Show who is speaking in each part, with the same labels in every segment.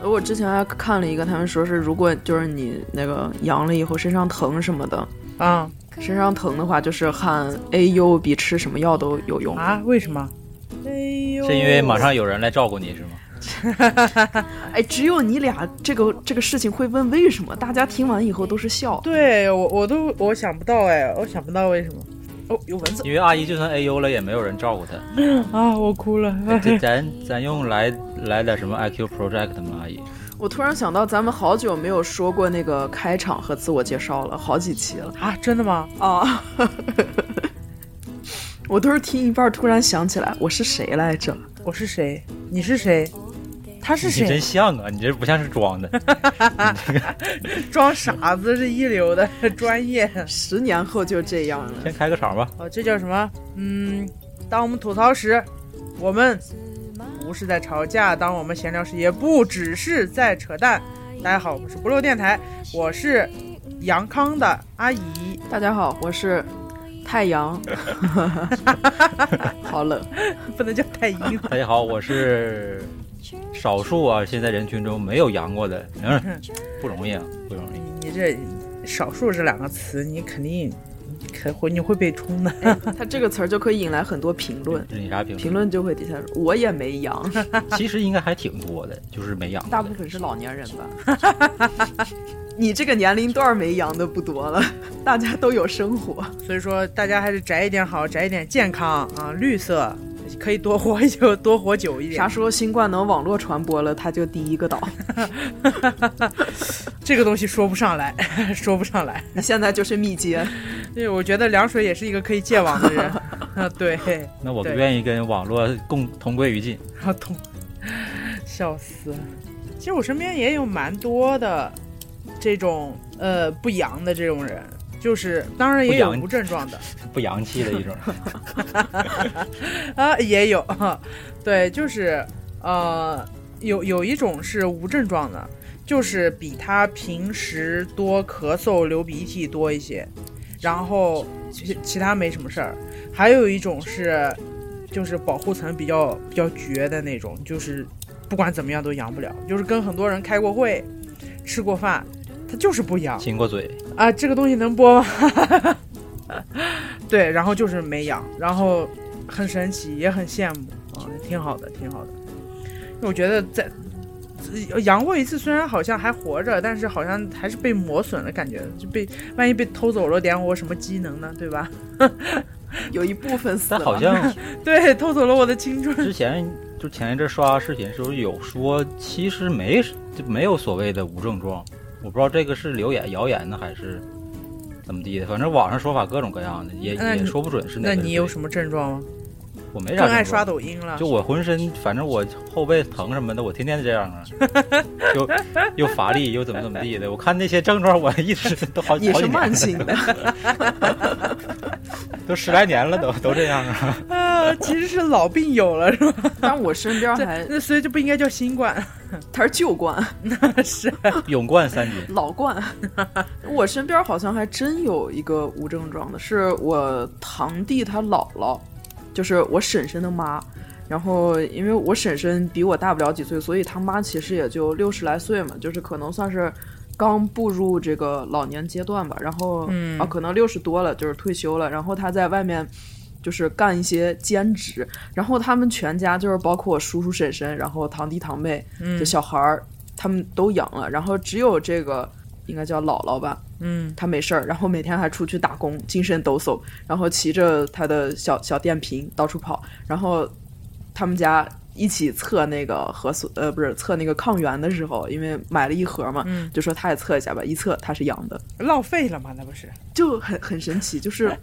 Speaker 1: 呃我之前还看了一个，他们说是如果就是你那个阳了以后身上疼什么的，
Speaker 2: 啊
Speaker 1: 身上疼的话，就是喊 A U 比吃什么药都有用。
Speaker 2: 啊，为什么？
Speaker 3: 是因为马上有人来照顾你是吗？
Speaker 1: 哎，只有你俩这个这个事情会问为什么，大家听完以后都是笑。
Speaker 2: 对我我都我想不到哎，我想不到为什么。哦，有蚊子
Speaker 3: 因为阿姨就算 A U 了也没有人 照顾她。
Speaker 2: 啊！我哭了。
Speaker 3: 哎这咱咱用来来点什么 IQ Project 吗？阿姨，
Speaker 1: 我突然想到，咱们好久没有说过那个开场和自我介绍了，好几期了
Speaker 2: 啊，真的吗？
Speaker 1: 啊。 我都是听一半，突然想起来我是谁来着。
Speaker 2: 我是谁？你是谁？他是
Speaker 3: 你
Speaker 2: 谁？
Speaker 3: 真像啊！你这不像是装 的。
Speaker 2: 装傻子是一流的 专业。
Speaker 1: 十年后就这样了。
Speaker 3: 先开个场吧。
Speaker 2: 哦，这叫什么？嗯，当我们吐槽时，我们不是在吵架；当我们闲聊时，也不只是在扯淡。大家好，我们是不漏电台，我是杨康的阿姨。
Speaker 1: 大家好，我是太 阳。好冷，
Speaker 2: 不能叫太医了，
Speaker 3: 大家好，我是少数啊，现在人群中没有阳过的，嗯，不容易啊，不容易。
Speaker 2: 你这“少数”这两个词，你肯定可会你会被冲的。
Speaker 1: 它这个词儿就可以引来很多评论，
Speaker 3: 是你啥评
Speaker 1: 评？论就会底下说我也没阳，
Speaker 3: 其实应该还挺多的，就是没阳
Speaker 1: 大
Speaker 3: 过
Speaker 1: 部
Speaker 3: 的。
Speaker 1: 分是老年人吧。 你这个年龄段儿没阳的不多了，大家都有生活。
Speaker 2: 所以说，大家还是宅一点好，宅一点健康啊，绿色可以多活就多活久一点。
Speaker 1: 啥时候新冠能网络传播了，他就第一个倒。
Speaker 2: 这个东西说不上来， 说不上来。
Speaker 1: 你现在就是密接，
Speaker 2: 对，我觉得凉水也是一个可以戒网的 人。啊，对，
Speaker 3: 那我
Speaker 2: 对
Speaker 3: 愿意跟网络共同归于尽。
Speaker 2: 啊，痛，笑死。其实我身边也有蛮多的这种呃不阳的这种人，就是当然也有
Speaker 3: 不阳
Speaker 2: 无症状的。
Speaker 3: 不洋气的 一种，
Speaker 2: 啊，也有，对，就是呃，有有一种是无症状的，就是比他平时多咳嗽、流鼻涕多一些，然后其其他没什么事儿。还有一种是，就是保护层比较比较绝的那种，就是不管怎么样都阳不了，就是跟很多人开过会、吃过饭，他就是不阳。
Speaker 3: 亲过嘴，
Speaker 2: 啊，这个东西能播吗？ 对，然后就是没养，然后很神奇，也很羡慕啊，挺好的，挺好的。因为我觉得在呃养过一次，虽然好像还活着，但是好像还是被磨损了，感觉就被万一被偷走了点我什么机能呢，对吧？
Speaker 1: 有一部分死
Speaker 3: 但
Speaker 1: 了。
Speaker 3: 好像
Speaker 2: 对，偷走了我的青春。
Speaker 3: 之前就前一阵刷视频的时候有说，其实没就没有所谓的无症状，我不知道这个是流言谣言呢还是怎么地的，反正网上说法各种各样的，也
Speaker 2: 嗯那
Speaker 3: 也
Speaker 2: 你
Speaker 3: 说不准是哪
Speaker 2: 那
Speaker 3: 个。
Speaker 2: 你有什么症状吗？
Speaker 3: 么？我没啥。
Speaker 2: 更爱刷。抖音了
Speaker 3: 就。我浑身，反正我后背疼什么的，我天天这样啊， 又又乏力，又怎么怎么地的。我看那些症状，我一直都好好几
Speaker 1: 你是
Speaker 3: 年
Speaker 1: 慢
Speaker 3: 了
Speaker 1: 性 的，
Speaker 3: 都十来年了都，都这样 啊。
Speaker 2: 啊，其实是老病友了，是吧？
Speaker 1: 但我身边还
Speaker 2: 对，那所以就不应该叫新冠，
Speaker 1: 他是旧冠、
Speaker 2: 是
Speaker 3: 勇冠三金，
Speaker 1: 老冠。 我身边好像还真有一个无症状的，是我堂弟他姥姥，就是我婶婶的妈。然后，因为我婶婶比我大不了几岁，所以她妈其实也就六十来岁嘛，就是可能算是刚步入这个老年阶段吧。然后，
Speaker 2: 嗯
Speaker 1: 啊，可能六十多了，就是退休了。然后她在外面就是干一些兼职。然后他们全家就是包括我叔叔婶婶，然后堂弟堂妹，
Speaker 2: 嗯啊
Speaker 1: 这小孩儿他们都养了。然后只有这个应该叫姥姥吧，
Speaker 2: 嗯，
Speaker 1: 他没事儿，然后每天还出去打工，精神抖擞，然后骑着他的小小电瓶到处跑，然后他们家一起测那个核酸，呃，不是测那个抗原的时候，因为买了一盒嘛，
Speaker 2: 嗯
Speaker 1: 就说他也测一下吧，一测他是阳的，
Speaker 2: 浪费了嘛，那不是？
Speaker 1: 就很很神奇。就是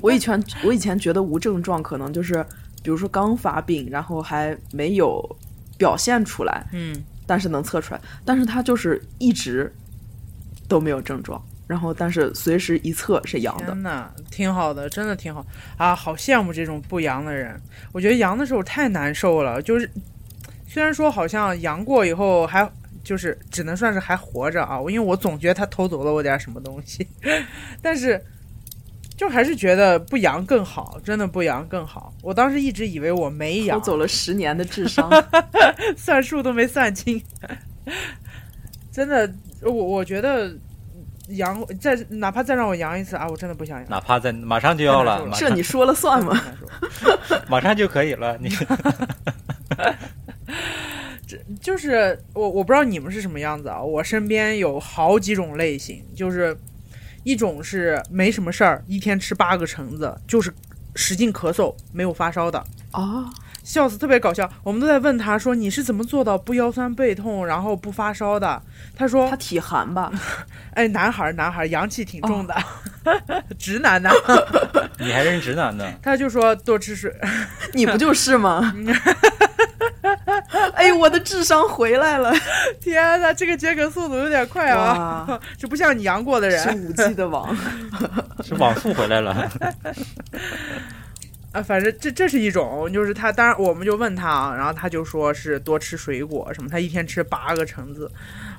Speaker 1: 我以前我以前觉得无症状可能就是，比如说刚发病，然后还没有表现出来，
Speaker 2: 嗯，
Speaker 1: 但是能测出来，但是他就是一直都没有症状，然后但是随时一测是阳的。
Speaker 2: 天呐，挺好的，真的挺好啊！好羡慕这种不阳的人。我觉得阳的时候太难受了，就是虽然说好像阳过以后还就是只能算是还活着啊，我因为我总觉得他偷走了我点什么东西， 但是就还是觉得不阳更好，真的不阳更好。我当时一直以为我没
Speaker 1: 我
Speaker 2: 阳，
Speaker 1: 走了十年的智商，
Speaker 2: 算数都没算清。 真的，我我觉得阳再哪怕再让我阳一次啊，我真的不想阳。
Speaker 3: 哪怕在马上就要了，马
Speaker 1: 这
Speaker 3: 上
Speaker 1: 你说了算 吗？
Speaker 2: 难受
Speaker 3: 马上就可以了。你
Speaker 2: 就是我我不知道你们是什么样子啊，我身边有好几种类型，就是一种是没什么事儿，一天吃八个橙子，就是使劲咳嗽，没有发烧的，
Speaker 3: 哦
Speaker 1: 啊，
Speaker 2: 笑死，特别搞笑。我们都在问他说你是怎么做到不腰酸背痛，然后不发烧的？他说
Speaker 1: 他体寒吧？
Speaker 2: 哎，男孩儿男孩儿阳气挺重的，
Speaker 1: 哦
Speaker 2: 直 男呐。
Speaker 3: 你还认识直男呢？
Speaker 2: 他就说多吃水，
Speaker 1: 你不就是吗？ 哎，我的智商回来了！
Speaker 2: 天啊呐，这个接梗速度有点快啊，
Speaker 1: 哇，
Speaker 2: 这不像你阳过的
Speaker 1: 是
Speaker 2: 人
Speaker 1: 五 G 的 王，
Speaker 3: 是往复回来了。
Speaker 2: 啊。反正这这是一种，就是他，当然我们就问他啊，然后他就说是多吃水果什么，他一天吃八个橙子。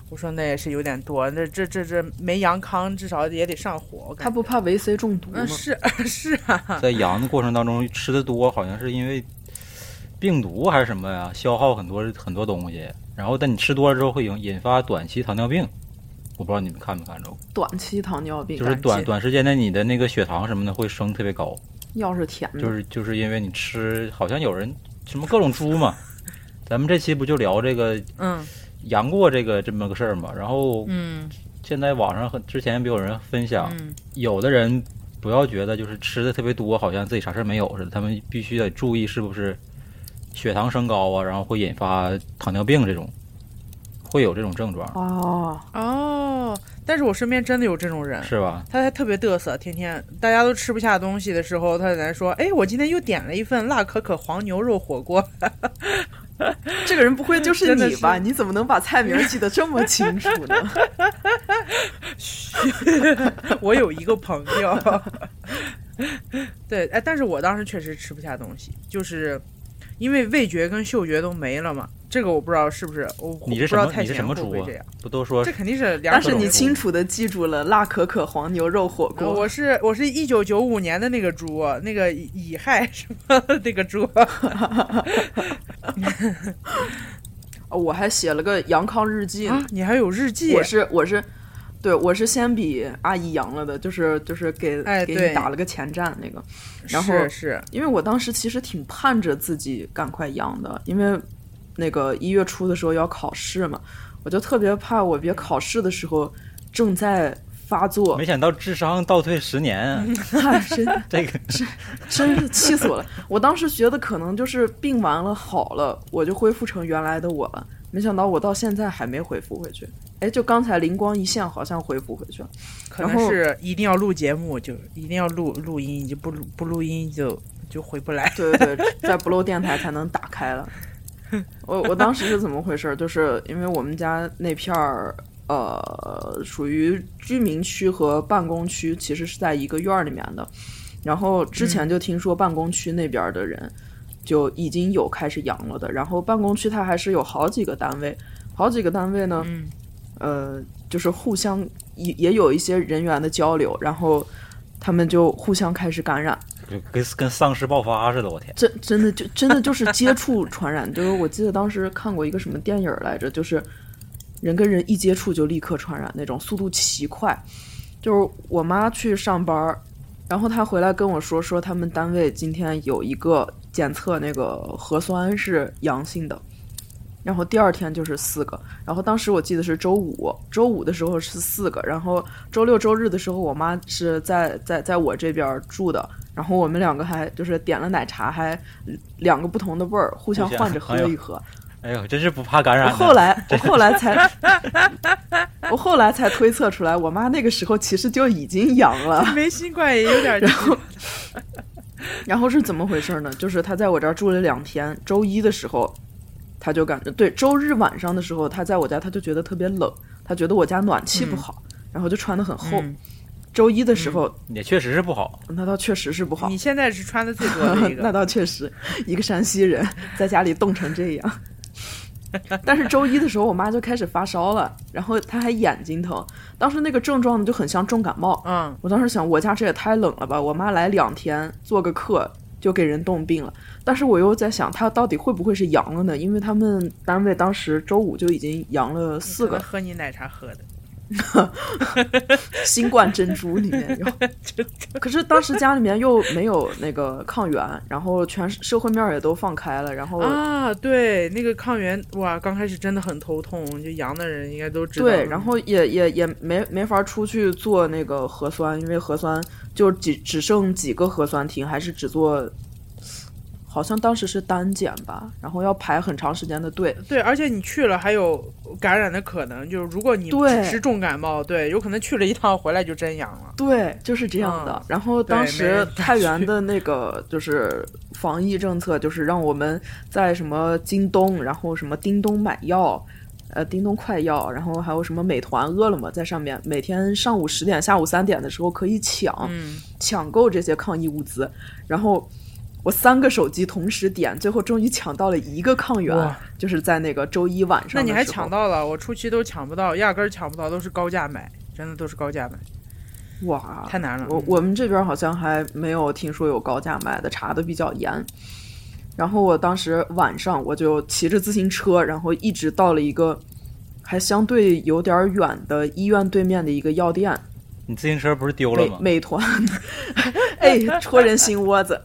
Speaker 2: 我说那也是有点多，那这这这没阳康，至少也得上火。我感
Speaker 1: 他不怕维 C 中毒吗
Speaker 2: 嗯？是是啊，
Speaker 3: 在阳的过程当中吃的多，好像是因为病毒还是什么呀，消耗很多很多东西，然后但你吃多了之后会引引发短期糖尿病。我不知道你们看没看着过，
Speaker 1: 短期糖尿病，
Speaker 3: 就是
Speaker 2: 感
Speaker 3: 短
Speaker 2: 觉
Speaker 3: 短时间内你的那个血糖什么的会升特别高，
Speaker 1: 药是甜的，
Speaker 3: 就是就是因为你吃好像有人什么各种猪嘛，咱们这期不就聊这个
Speaker 2: 嗯
Speaker 3: 杨过这个这么个事儿嘛，然后
Speaker 2: 嗯
Speaker 3: 现在网上很之前不有人分享，
Speaker 2: 嗯
Speaker 3: 有的人不要觉得就是吃的特别多，好像自己啥事儿没有似的，他们必须得注意是不是血糖升高啊，然后会引发糖尿病这种，会有这种症状，
Speaker 1: 哦，
Speaker 2: 哦，但是我身边真的有这种
Speaker 1: 嗯
Speaker 2: 人，
Speaker 3: 是吧？
Speaker 2: 他还特别嘚瑟，天天大家都吃不下东西的时候，他在那说：“哎，我今天又点了一份辣可可黄牛肉火锅。
Speaker 1: 这个人不会就是
Speaker 2: 真的
Speaker 1: 你吧？
Speaker 2: 是
Speaker 1: 你怎么能把菜名记得这么清楚呢？”
Speaker 2: 我有一个朋友， 对，哎，但是我当时确实吃不下东西，就是因为味觉跟嗅觉都没了嘛。这个我不知道是不是，我
Speaker 3: 你
Speaker 2: 不知
Speaker 3: 是什么
Speaker 2: 道太
Speaker 3: 你是什
Speaker 2: 咸
Speaker 3: 么
Speaker 2: 会
Speaker 3: 猪
Speaker 2: 不会
Speaker 3: 啊
Speaker 2: 这样？
Speaker 3: 不都说
Speaker 2: 这肯定是两
Speaker 1: 但
Speaker 2: 种
Speaker 1: 是
Speaker 2: 人。
Speaker 1: 你清楚的记住了辣可可黄牛肉火
Speaker 2: 呃
Speaker 1: 锅，
Speaker 2: 我是我是一九九五年的那个猪，那个乙乙亥什么那个猪，
Speaker 1: 啊哦我还写了个阳康日记呢。
Speaker 2: 啊你还有日记
Speaker 1: 我是我是，对我是先比阿姨阳了的，就是就是给、
Speaker 2: 哎
Speaker 1: 给
Speaker 2: 对
Speaker 1: 你打了个前站那个，然后
Speaker 2: 是是
Speaker 1: 因为我当时其实挺盼着自己赶快阳的，因为那个一月初的时候要考试嘛，我就特别怕我别考试的时候正在发作
Speaker 3: 没，想到智商 倒退十年，
Speaker 1: 哎真
Speaker 3: 这个
Speaker 1: 真是气死我了！我当时觉得可能就是病完了好了，我就恢复成原来的我了，没想到我到现在还没恢复回去。哎，就刚才灵光一现，好像恢复回去了。
Speaker 2: 可能
Speaker 1: 然后
Speaker 2: 是一定要录节目，就一定要录录音，就不录不录音就就回不来。
Speaker 1: 对对对，在不漏电台才能打开了。我我当时是怎么回事儿？就是因为我们家那片儿，呃，属于居民区和办公区，其实是在一个院儿里面的。然后之前就听说办公区那边儿的人就已经有开始阳了的。然后办公区它还是有好几个单位，好几个单位呢，
Speaker 2: 嗯
Speaker 1: 呃，就是互相也也有一些人员的交流，然后他们就互相开始感染。
Speaker 3: 就跟跟丧尸爆发似的，我天！
Speaker 1: 真真的就真的就是接触传染，就是我记得当时看过一个什么电影儿来着，就是人跟人一接触就立刻传染那种，速度奇快。就是我妈去上班儿，然后她回来跟我说，说他们单位今天有一个检测那个核酸是阳性的，然后第二天就是四个，然后当时我记得是周五，周五的时候是四个，然后周六周日的时候，我妈是在在在我这边儿住的，然后我们两个还就是点了奶茶，还两个不同的味儿，互相
Speaker 3: 互相
Speaker 1: 换着喝
Speaker 3: 哎呦
Speaker 1: 一喝。
Speaker 3: 哎呦，真是不怕感
Speaker 1: 我
Speaker 3: 染的。
Speaker 1: 后来，我后来才，我后来才推测出来，我妈那个时候其实就已经阳了。
Speaker 2: 没新冠也有点急
Speaker 1: 然后是怎么回事呢？就是她在我这儿住了两天，周一的时候，她就感觉对，周日晚上的时候，她在我家，她就觉得特别冷，她觉得我家暖气不好，然后就穿的很厚。
Speaker 2: 嗯
Speaker 1: 周一的时候，
Speaker 3: 也确实是不好，
Speaker 1: 那倒确实是不好
Speaker 2: 你，现在是穿的最多的一
Speaker 1: 那
Speaker 2: 个，
Speaker 1: 倒确实，一个山西人在家里冻成这样。 但是周一的时候，我妈就开始发烧了，然后她还眼睛疼，当时那个症状呢就很像重感冒。
Speaker 2: 嗯，
Speaker 1: 我当时想，我家这也太冷了吧！我妈来两天做个客，就给人冻病了。但是我又在想，他到底会不会是阳了呢？因为他们单位当时周五就已经阳了四
Speaker 2: 可
Speaker 1: 个
Speaker 2: 能喝你奶茶喝的，
Speaker 1: 新冠珍珠里面 有，可是当时家里面又没有那个抗原，然后全社会面儿也都放开了，然后
Speaker 2: 啊，对，那个抗原哇，刚开始真的很头痛，就阳的人应该都知道。
Speaker 1: 对，然后也也也没没法出去做那个核酸，因为核酸就几只剩几个核酸亭，还是只做，好像当时是单检吧，然后要排很长时间的队。
Speaker 2: 对，而且你去了还有感染的可能，就是如果你
Speaker 1: 对
Speaker 2: 只是重感冒，对，有可能去了一趟回来就真阳了。
Speaker 1: 对，就是这样的。
Speaker 2: 嗯
Speaker 1: 然后当
Speaker 2: 对没
Speaker 1: 时
Speaker 2: 人敢
Speaker 1: 太原的那个就是防疫政策，就是让我们在什么京东，然后什么叮咚买药，呃，叮咚快药，然后还有什么美团、饿了么在上面，每天上午十点、下午三点的时候可以抢。
Speaker 2: 嗯，
Speaker 1: 抢购这些抗疫物资，然后我三个手机同时点，最后终于抢到了一个抗原
Speaker 2: 哇，
Speaker 1: 就是在那个周一晚上。
Speaker 2: 那你还抢？到了，我初期都抢不到，压根儿抢不到，都是高价买，真的都是高价买，
Speaker 1: 哇，
Speaker 2: 太难了。
Speaker 1: 啊我我们这边好像还没有听说有高价卖的，查的比较严。然后我当时晚上我就骑着自行车，然后一直到了一个还相对有点远的医院对面的一个药店，
Speaker 3: 你自行车不是丢了
Speaker 1: 美
Speaker 3: 吗？
Speaker 1: 美团， 哎，戳人心窝子。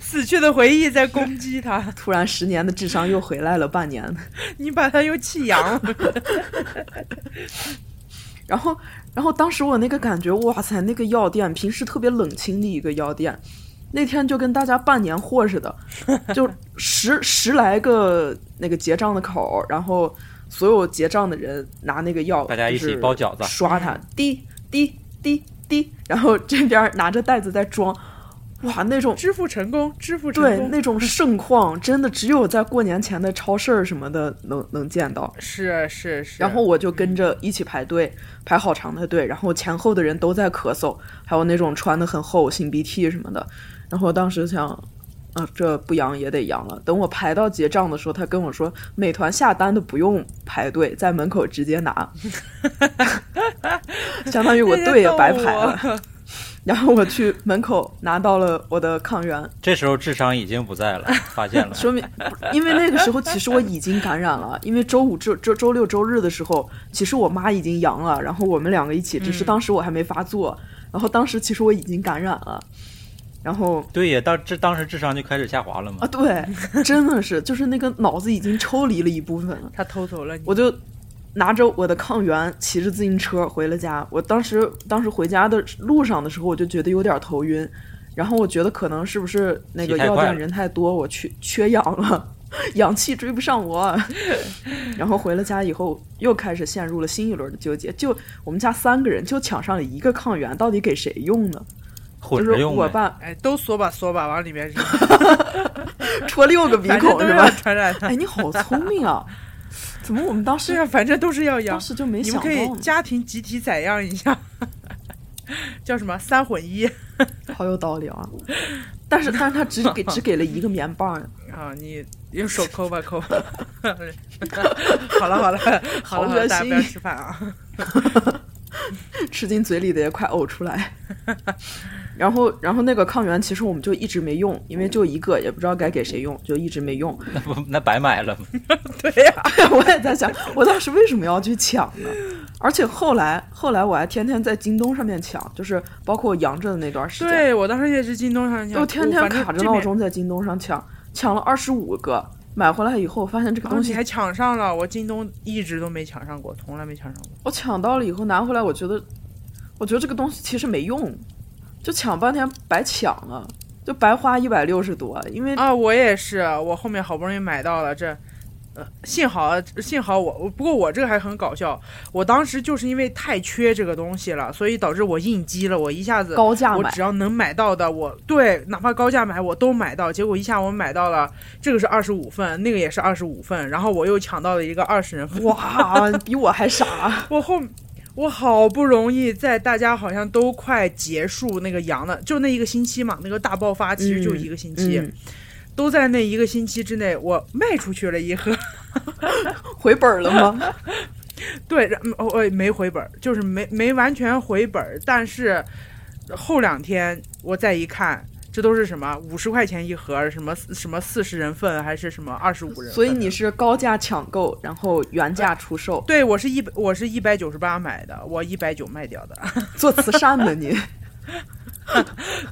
Speaker 2: 死去的回忆在攻击他，
Speaker 1: 突然十年的智商又回来了半年。
Speaker 2: 你把他又气阳了。
Speaker 1: 然后，然后当时我那个感觉，哇塞，那个药店平时特别冷清的一个药店，那天就跟大家办年货似的，就十十来个那个结账的口儿，然后所有结账的人拿那个药，
Speaker 3: 大家一起
Speaker 1: 就是
Speaker 3: 包饺子
Speaker 1: 刷它，滴滴滴滴，然后这边拿着袋子在装，哇，那种
Speaker 2: 支付成功，支付成
Speaker 1: 对
Speaker 2: 功。
Speaker 1: 那种盛况，真的只有在过年前的超市儿什么的能能见到。
Speaker 2: 是啊是是。
Speaker 1: 然后我就跟着一起排队，排好长的队，然后前后的人都在咳嗽，还有那种穿的很厚、擤鼻涕什么的。然后当时想，啊，这不阳也得阳了。等我排到结账的时候，他跟我说，美团下单的不用排队，在门口直接拿，相当于我队也白排了。
Speaker 2: 了。
Speaker 1: 然后我去门口拿到了我的抗原，
Speaker 3: 这时候智商已经不 在了，发现了。
Speaker 1: 说明，因为那个时候其实我已经感染了，因为周五、周周周六、周日的时候，其实我妈已经阳了，然后我们两个一起，只是当时我还没发作，然后当时其实我已经感染了，然后
Speaker 3: 对呀，当这当时智商就开始下滑了
Speaker 1: 啊，
Speaker 3: 嘛。
Speaker 1: 对，真的是就是那个脑子已经抽离了一部分了。
Speaker 2: 他偷走了你，
Speaker 1: 我就拿着我的抗原，骑着自行车回了家。我当时当时回家的路上的时候，我就觉得有点头晕，然后我觉得可能是不是那个
Speaker 3: 骑太
Speaker 1: 药
Speaker 3: 快
Speaker 1: 店
Speaker 3: 了
Speaker 1: 人太多，我缺缺氧了， 氧气追不上我。 然后回了家以后，又开始陷入了新一轮的纠结。就我们家三个人就抢上了一个抗原，到底给谁用呢？就
Speaker 3: 混着
Speaker 1: 是
Speaker 3: 用
Speaker 1: 我
Speaker 3: 呗。
Speaker 1: 爸
Speaker 2: 哎，都缩吧缩吧往里 面扔，
Speaker 1: 戳六个鼻
Speaker 2: 反 正
Speaker 1: 孔
Speaker 2: 都
Speaker 1: 是
Speaker 2: 要
Speaker 1: 吧？
Speaker 2: 传染的。
Speaker 1: 哎，你好聪明啊！ 怎么我们当
Speaker 2: 对
Speaker 1: 时
Speaker 2: 啊，反正都是要阳
Speaker 1: 当。时就没
Speaker 2: 你
Speaker 1: 想
Speaker 2: 们
Speaker 1: 到
Speaker 2: 可以
Speaker 1: 呢？
Speaker 2: 家庭集体采样一下， 叫什么三混一
Speaker 1: 好有道理啊！但是，但是他只给只给了一个棉棒，
Speaker 2: 啊？你用手抠吧抠吧。 好了好
Speaker 1: 好
Speaker 2: 了好了好
Speaker 1: 恶
Speaker 2: 了，大家不要
Speaker 1: 心，
Speaker 2: 吃饭啊！
Speaker 1: 吃进嘴里的也快呕出来。 然后，然后那个抗原其实我们就一直没用，因为就一个，也不知道该给谁用，就一直没用。
Speaker 3: 那不 那白买了嘛？
Speaker 2: 对呀、
Speaker 1: 我也在想，我当时为什么要去抢呢？而且后来，后来我还天天在京东上面抢，就是包括杨震的那段时间，
Speaker 2: 对我当时也是京东上抢，
Speaker 1: 我天天
Speaker 2: 反正
Speaker 1: 卡着
Speaker 2: 这
Speaker 1: 闹
Speaker 2: 边
Speaker 1: 钟在京东上抢，抢了二十五个，买回来以后发现这个
Speaker 2: 东
Speaker 1: 东
Speaker 2: 西
Speaker 1: 西
Speaker 2: 还抢上了，我京东一直都没抢上过，从来没抢上过。
Speaker 1: 我抢到了以后拿回来，我觉得，我觉得这个东西其实没用，就抢半天白抢了，就白花一百六十多，因为
Speaker 2: 啊，我也是，我后面好不容易买到了这。呃，幸好啊幸好我，我不过我这个还很搞笑。我当时就是因为太缺这个东西了，所以导致我应激了。我一下子
Speaker 1: 高价
Speaker 2: 我
Speaker 1: 买
Speaker 2: 只要能买到的，我对哪怕高价买我都买到。结果一下我买到了这个是二十五份，那个也是二十五份，然后我又抢到了一个二十人份。
Speaker 1: 哇，比我还 傻，
Speaker 2: 我后我好不容易在大家好像都快结束那个阳了，就那一个星期嘛，那个大爆发其实就一个星期，
Speaker 1: 嗯，
Speaker 2: 都在那一个星期之内，我卖出去了一盒。
Speaker 1: 回本了吗？
Speaker 2: 对，然哦，哦没回本儿，就是没没完全回本儿，但是后两天我再一看，这都是什么五十块钱一盒，什么什么四十人份还是什么二十五人份？
Speaker 1: 所以你是高价抢购，然后原价出售，
Speaker 2: 对我是一百我是一百九十八买的，我一百九卖掉的。
Speaker 1: 做慈善的你。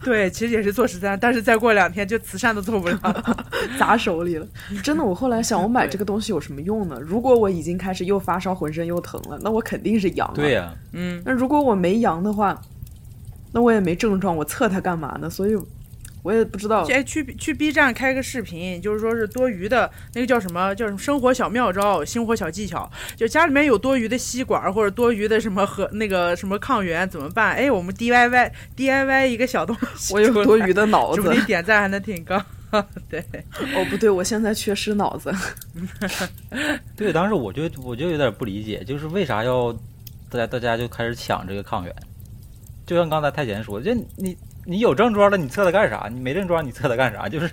Speaker 2: 对，其实也是做慈善，但是再过两天就慈善都做不了 了。
Speaker 1: 砸手里了。真的，我后来想，我买这个东西有什么用呢？如果我已经开始又发烧、浑身又疼了，那我肯定是阳了。
Speaker 3: 对呀、
Speaker 2: 嗯，
Speaker 1: 那如果我没阳的话，那我也没症状，我测它干嘛呢？所以我也不知道。
Speaker 2: 哎，去去 B 站开个视频，就是说是多余的那个叫什么叫什么生活小妙招、生活小技巧，就家里面有多余的吸管或者多余的什么和那个什么抗原怎么办？哎，我们 DIY DIY 一个小东西出
Speaker 1: 我
Speaker 2: 来，
Speaker 1: 有多余的脑
Speaker 2: 指
Speaker 1: 子
Speaker 2: 不，定点赞还能挺高。对，
Speaker 1: 哦，不对，我现在缺失脑子。
Speaker 3: 对，当时我就我就有点不理解，就是为啥要大家大家就开始抢这个抗原？就像刚才太贤说，这你你有症状了，你测它干啥？你没症状，你测它干啥？就是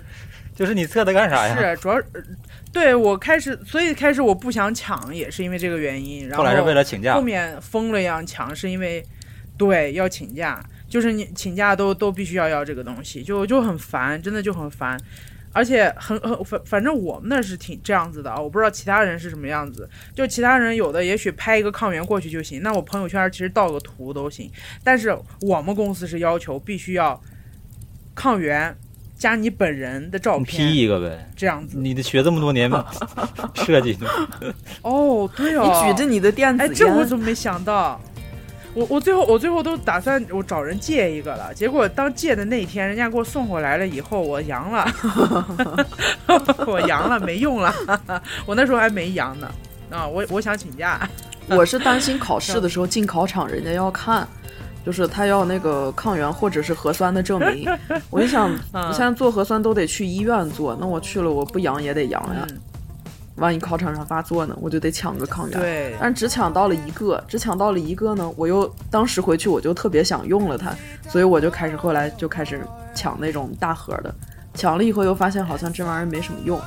Speaker 3: 就是你测它干啥呀？
Speaker 2: 是主要是对我开始，所以开始我不想抢，也是因为这个原因。然
Speaker 3: 后来是为了请假
Speaker 2: 后，面疯了一样强，是因为对要请假，就是你请假都都必须要要这个东西，就就很烦，真的就很烦。而且很很反反正我们那是挺这样子的啊，我不知道其他人是什么样子。就其他人有的也许拍一个抗原过去就行，那我朋友圈其实盗个图都行。但是我们公司是要求必须要抗原加你本人的照
Speaker 3: 你
Speaker 2: 片
Speaker 3: 批，一个呗。
Speaker 2: 这样
Speaker 1: 嗯
Speaker 2: 子。
Speaker 3: 你得学这 么多年嘛，设计的
Speaker 2: 哦，对 哦，
Speaker 1: 你举着你的电子
Speaker 2: 哎，
Speaker 1: 烟，
Speaker 2: 这我怎么没想到？我我最后我最后都打算我找人借一个了，结果当借的那天，人家给我送回来了以后，我阳了， 我阳了，没用了，我那时候还没阳呢，啊，我我想请假，
Speaker 1: 我是担心考试的时候进考场人家要看，就是他要那个抗原或者是核酸的证明。我就 想，
Speaker 2: 嗯
Speaker 1: 我现在做核酸都得去医院做，那我去了我不阳也得阳呀，
Speaker 2: 嗯，
Speaker 1: 万一考场上发作呢，我就得抢个抗原。
Speaker 2: 对，
Speaker 1: 但只抢到了一个，只抢到了一个呢，我又当时回去我就特别想用了它，所以我就开始后来就开始抢那种大盒的，抢了以后又发现好像这玩意儿没什么用。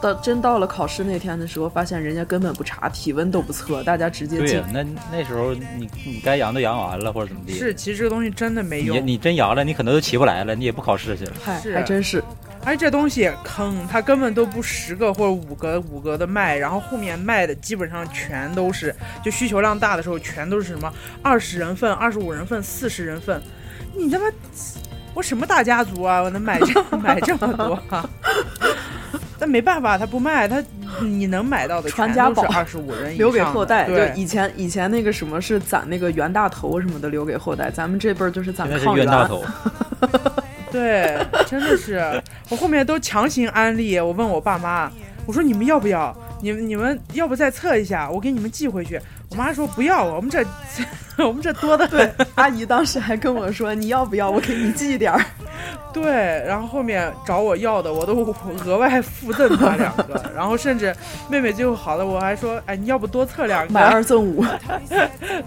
Speaker 1: 到真到了考试那天的时候，发现人家根本不查体温都不测，大家直接
Speaker 3: 对
Speaker 1: 进
Speaker 3: 呀、那那时候你你该阳都阳完了，或者怎么地？
Speaker 2: 是，其实这个东西真的没
Speaker 3: 你
Speaker 2: 用，
Speaker 3: 你真阳了，你可能都起不来了，你也不考试去了。
Speaker 1: 嗨，
Speaker 2: 是
Speaker 1: 还真是，
Speaker 2: 而且这东西也坑，它根本都不十个或者五个五个的卖，然后后面卖的基本上全都是，就需求量大的时候全都是什么二十人份、二十五人份、四十人份，你他妈我什么大家族啊，我能买这 买这么多、啊？ 但没办法，他不卖，他你能买到的
Speaker 1: 传家宝
Speaker 2: 二十五人以上的
Speaker 1: 留给后代。
Speaker 2: 对
Speaker 1: 就以前以前那个什么是攒那个袁大头什么的留给后代，咱们这辈儿
Speaker 2: 啊
Speaker 1: 就是攒
Speaker 3: 现在是
Speaker 1: 抗
Speaker 3: 冤
Speaker 1: 原。
Speaker 3: 大头，
Speaker 2: 对，真的是，我后面都强行安利。我问我爸妈，我说你们要不要？你们你们要不再测一下，我给你们寄回去。我妈说不要，我们这 我们这多的很。
Speaker 1: 阿姨当时还跟我说：“你要不要？我给你寄点儿。
Speaker 2: 对，然后后面找我要的，我都额外附赠她两个。然后甚至妹妹最后好了，我还说，哎，你要不多测两”个？
Speaker 1: 买二赠五，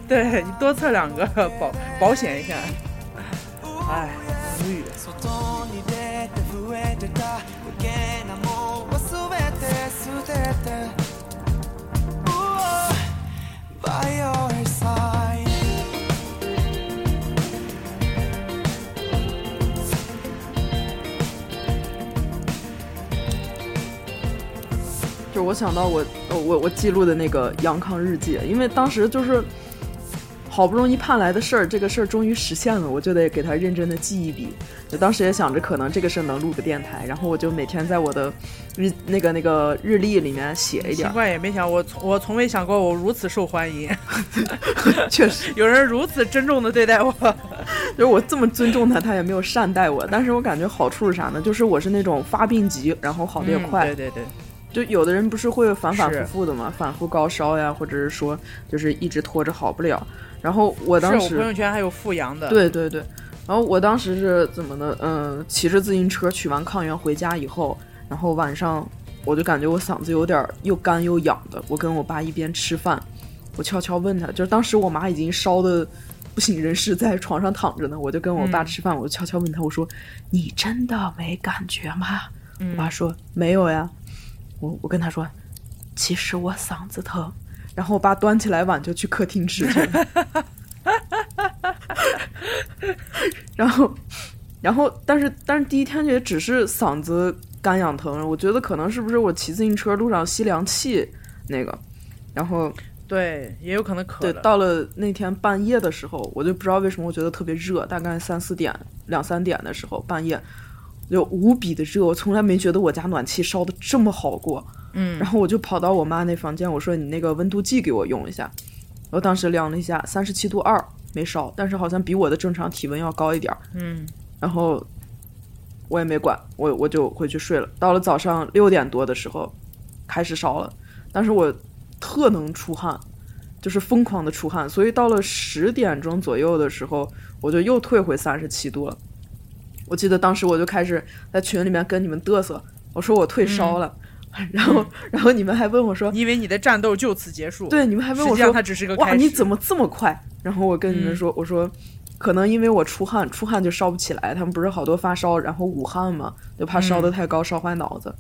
Speaker 2: 对你多测两个保保险一下。哎，无语。
Speaker 4: 外に出て増えてた余計なもんは全て捨てて Ooh, By your side
Speaker 1: 就我想到我我我我记录的那个阳康日记，因为当时就是好不容易盼来的事儿，这个事儿终于实现了，我就得给他认真的记一笔。就当时也想着可能这个事儿能录个电台，然后我就每天在我的日那个那个日历里面写一
Speaker 2: 习
Speaker 1: 点儿。
Speaker 2: 惯也没想，我从我从未想过我如此受欢迎。
Speaker 1: 确实，
Speaker 2: 有人如此珍重的对待我，
Speaker 1: 就是我这么尊重他，他也没有善待我。但是我感觉好处是啥呢？就是我是那种发病急，然后好的也快。
Speaker 2: 对对嗯对，
Speaker 1: 就有的人不是会反反复复的嘛，反复高烧呀，或者是说就是一直拖着好不了。然后我当
Speaker 2: 是我朋友
Speaker 1: 时，
Speaker 2: 圈还有复阳的，，
Speaker 1: 对对对，然后我当时是怎么的？嗯，骑着自行车取完抗原回家以后，然后晚上我就感觉我嗓子有点儿又干又痒的。我跟我爸一边吃饭，我悄悄问他，就是当时我妈已经烧的不省人事，在床上躺着呢。我就跟我爸
Speaker 2: 嗯
Speaker 1: 吃饭，我就悄悄问他，我说：“你真的没感觉吗？”我
Speaker 2: 嗯
Speaker 1: 爸说没有呀，我我跟他说，其实我嗓子疼，然后我爸端起来碗就去客厅 吃去了，然后然后，但是但是第一天也只是嗓子干痒疼，我觉得可能是不是我骑自行车路上吸凉气那个，然后
Speaker 2: 对，也有可能渴
Speaker 1: 对，
Speaker 2: 了。
Speaker 1: 到了那天半夜的时候，我就不知道为什么我觉得特别热，大概三四点、两三点的时候，半夜就无比的热，我从来没觉得我家暖气烧的这么好过。
Speaker 2: 嗯
Speaker 1: 然后我就跑到我妈那房间，我说你那个温度计给我用一下。我当时量了一下，三十七度二没烧，但是好像比我的正常体温要高一点儿。
Speaker 2: 嗯，
Speaker 1: 然后我也没管，我我就回去睡了。到了早上六点多的时候，开始烧了，但是我特能出汗，就是疯狂的出汗，所以到了十点钟左右的时候，我就又退回三十七度了。我记得当时我就开始在群里面跟你们嘚瑟，我说我退烧了，然后 然后你们还问我说，
Speaker 2: 因为你的战斗就此结束。，
Speaker 1: 对，你们还问
Speaker 2: 实
Speaker 1: 我
Speaker 2: 际上
Speaker 1: 说
Speaker 2: 它只是个
Speaker 1: 哇，
Speaker 2: 开始。嗯
Speaker 1: 你怎么这么快？然后我跟你们说，我说可能因为我出汗，出汗就烧不起来。他们不是好多发烧，然后捂汗嘛，就怕烧
Speaker 2: 嗯
Speaker 1: 得太高、烧坏脑子。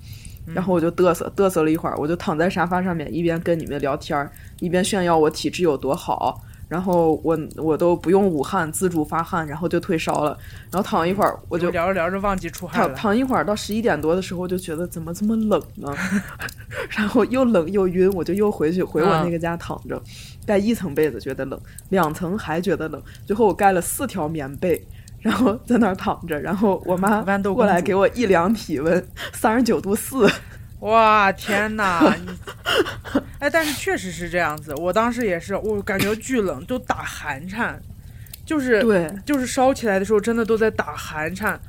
Speaker 1: 然后我就嘚瑟嘚瑟了一会儿，我就躺在沙发上面，一边跟你们聊天儿，一边炫耀我体质有多好。然后我我都不用捂汗，自主发汗，然后就退烧了。然后躺一会儿，我
Speaker 2: 我
Speaker 1: 就
Speaker 2: 聊着聊着忘记出汗
Speaker 1: 躺
Speaker 2: 了。
Speaker 1: 躺一会儿，到十一点多的时候，就觉得怎么这么冷呢？然后又冷又晕，我就又回去回我那个家躺着，盖一层被子觉得冷，两层还觉得冷，最后我盖了四条棉被，然后在那儿躺着，然后我 妈
Speaker 2: 豌豆公主
Speaker 1: 过来给我一量体温，三十九度四，
Speaker 2: 哇，天哪！你哎，但是确实是这样子。我当时也是，我感觉巨冷，就打寒颤，就是
Speaker 1: 对，
Speaker 2: 就是烧起来的时候，真的都在打寒颤。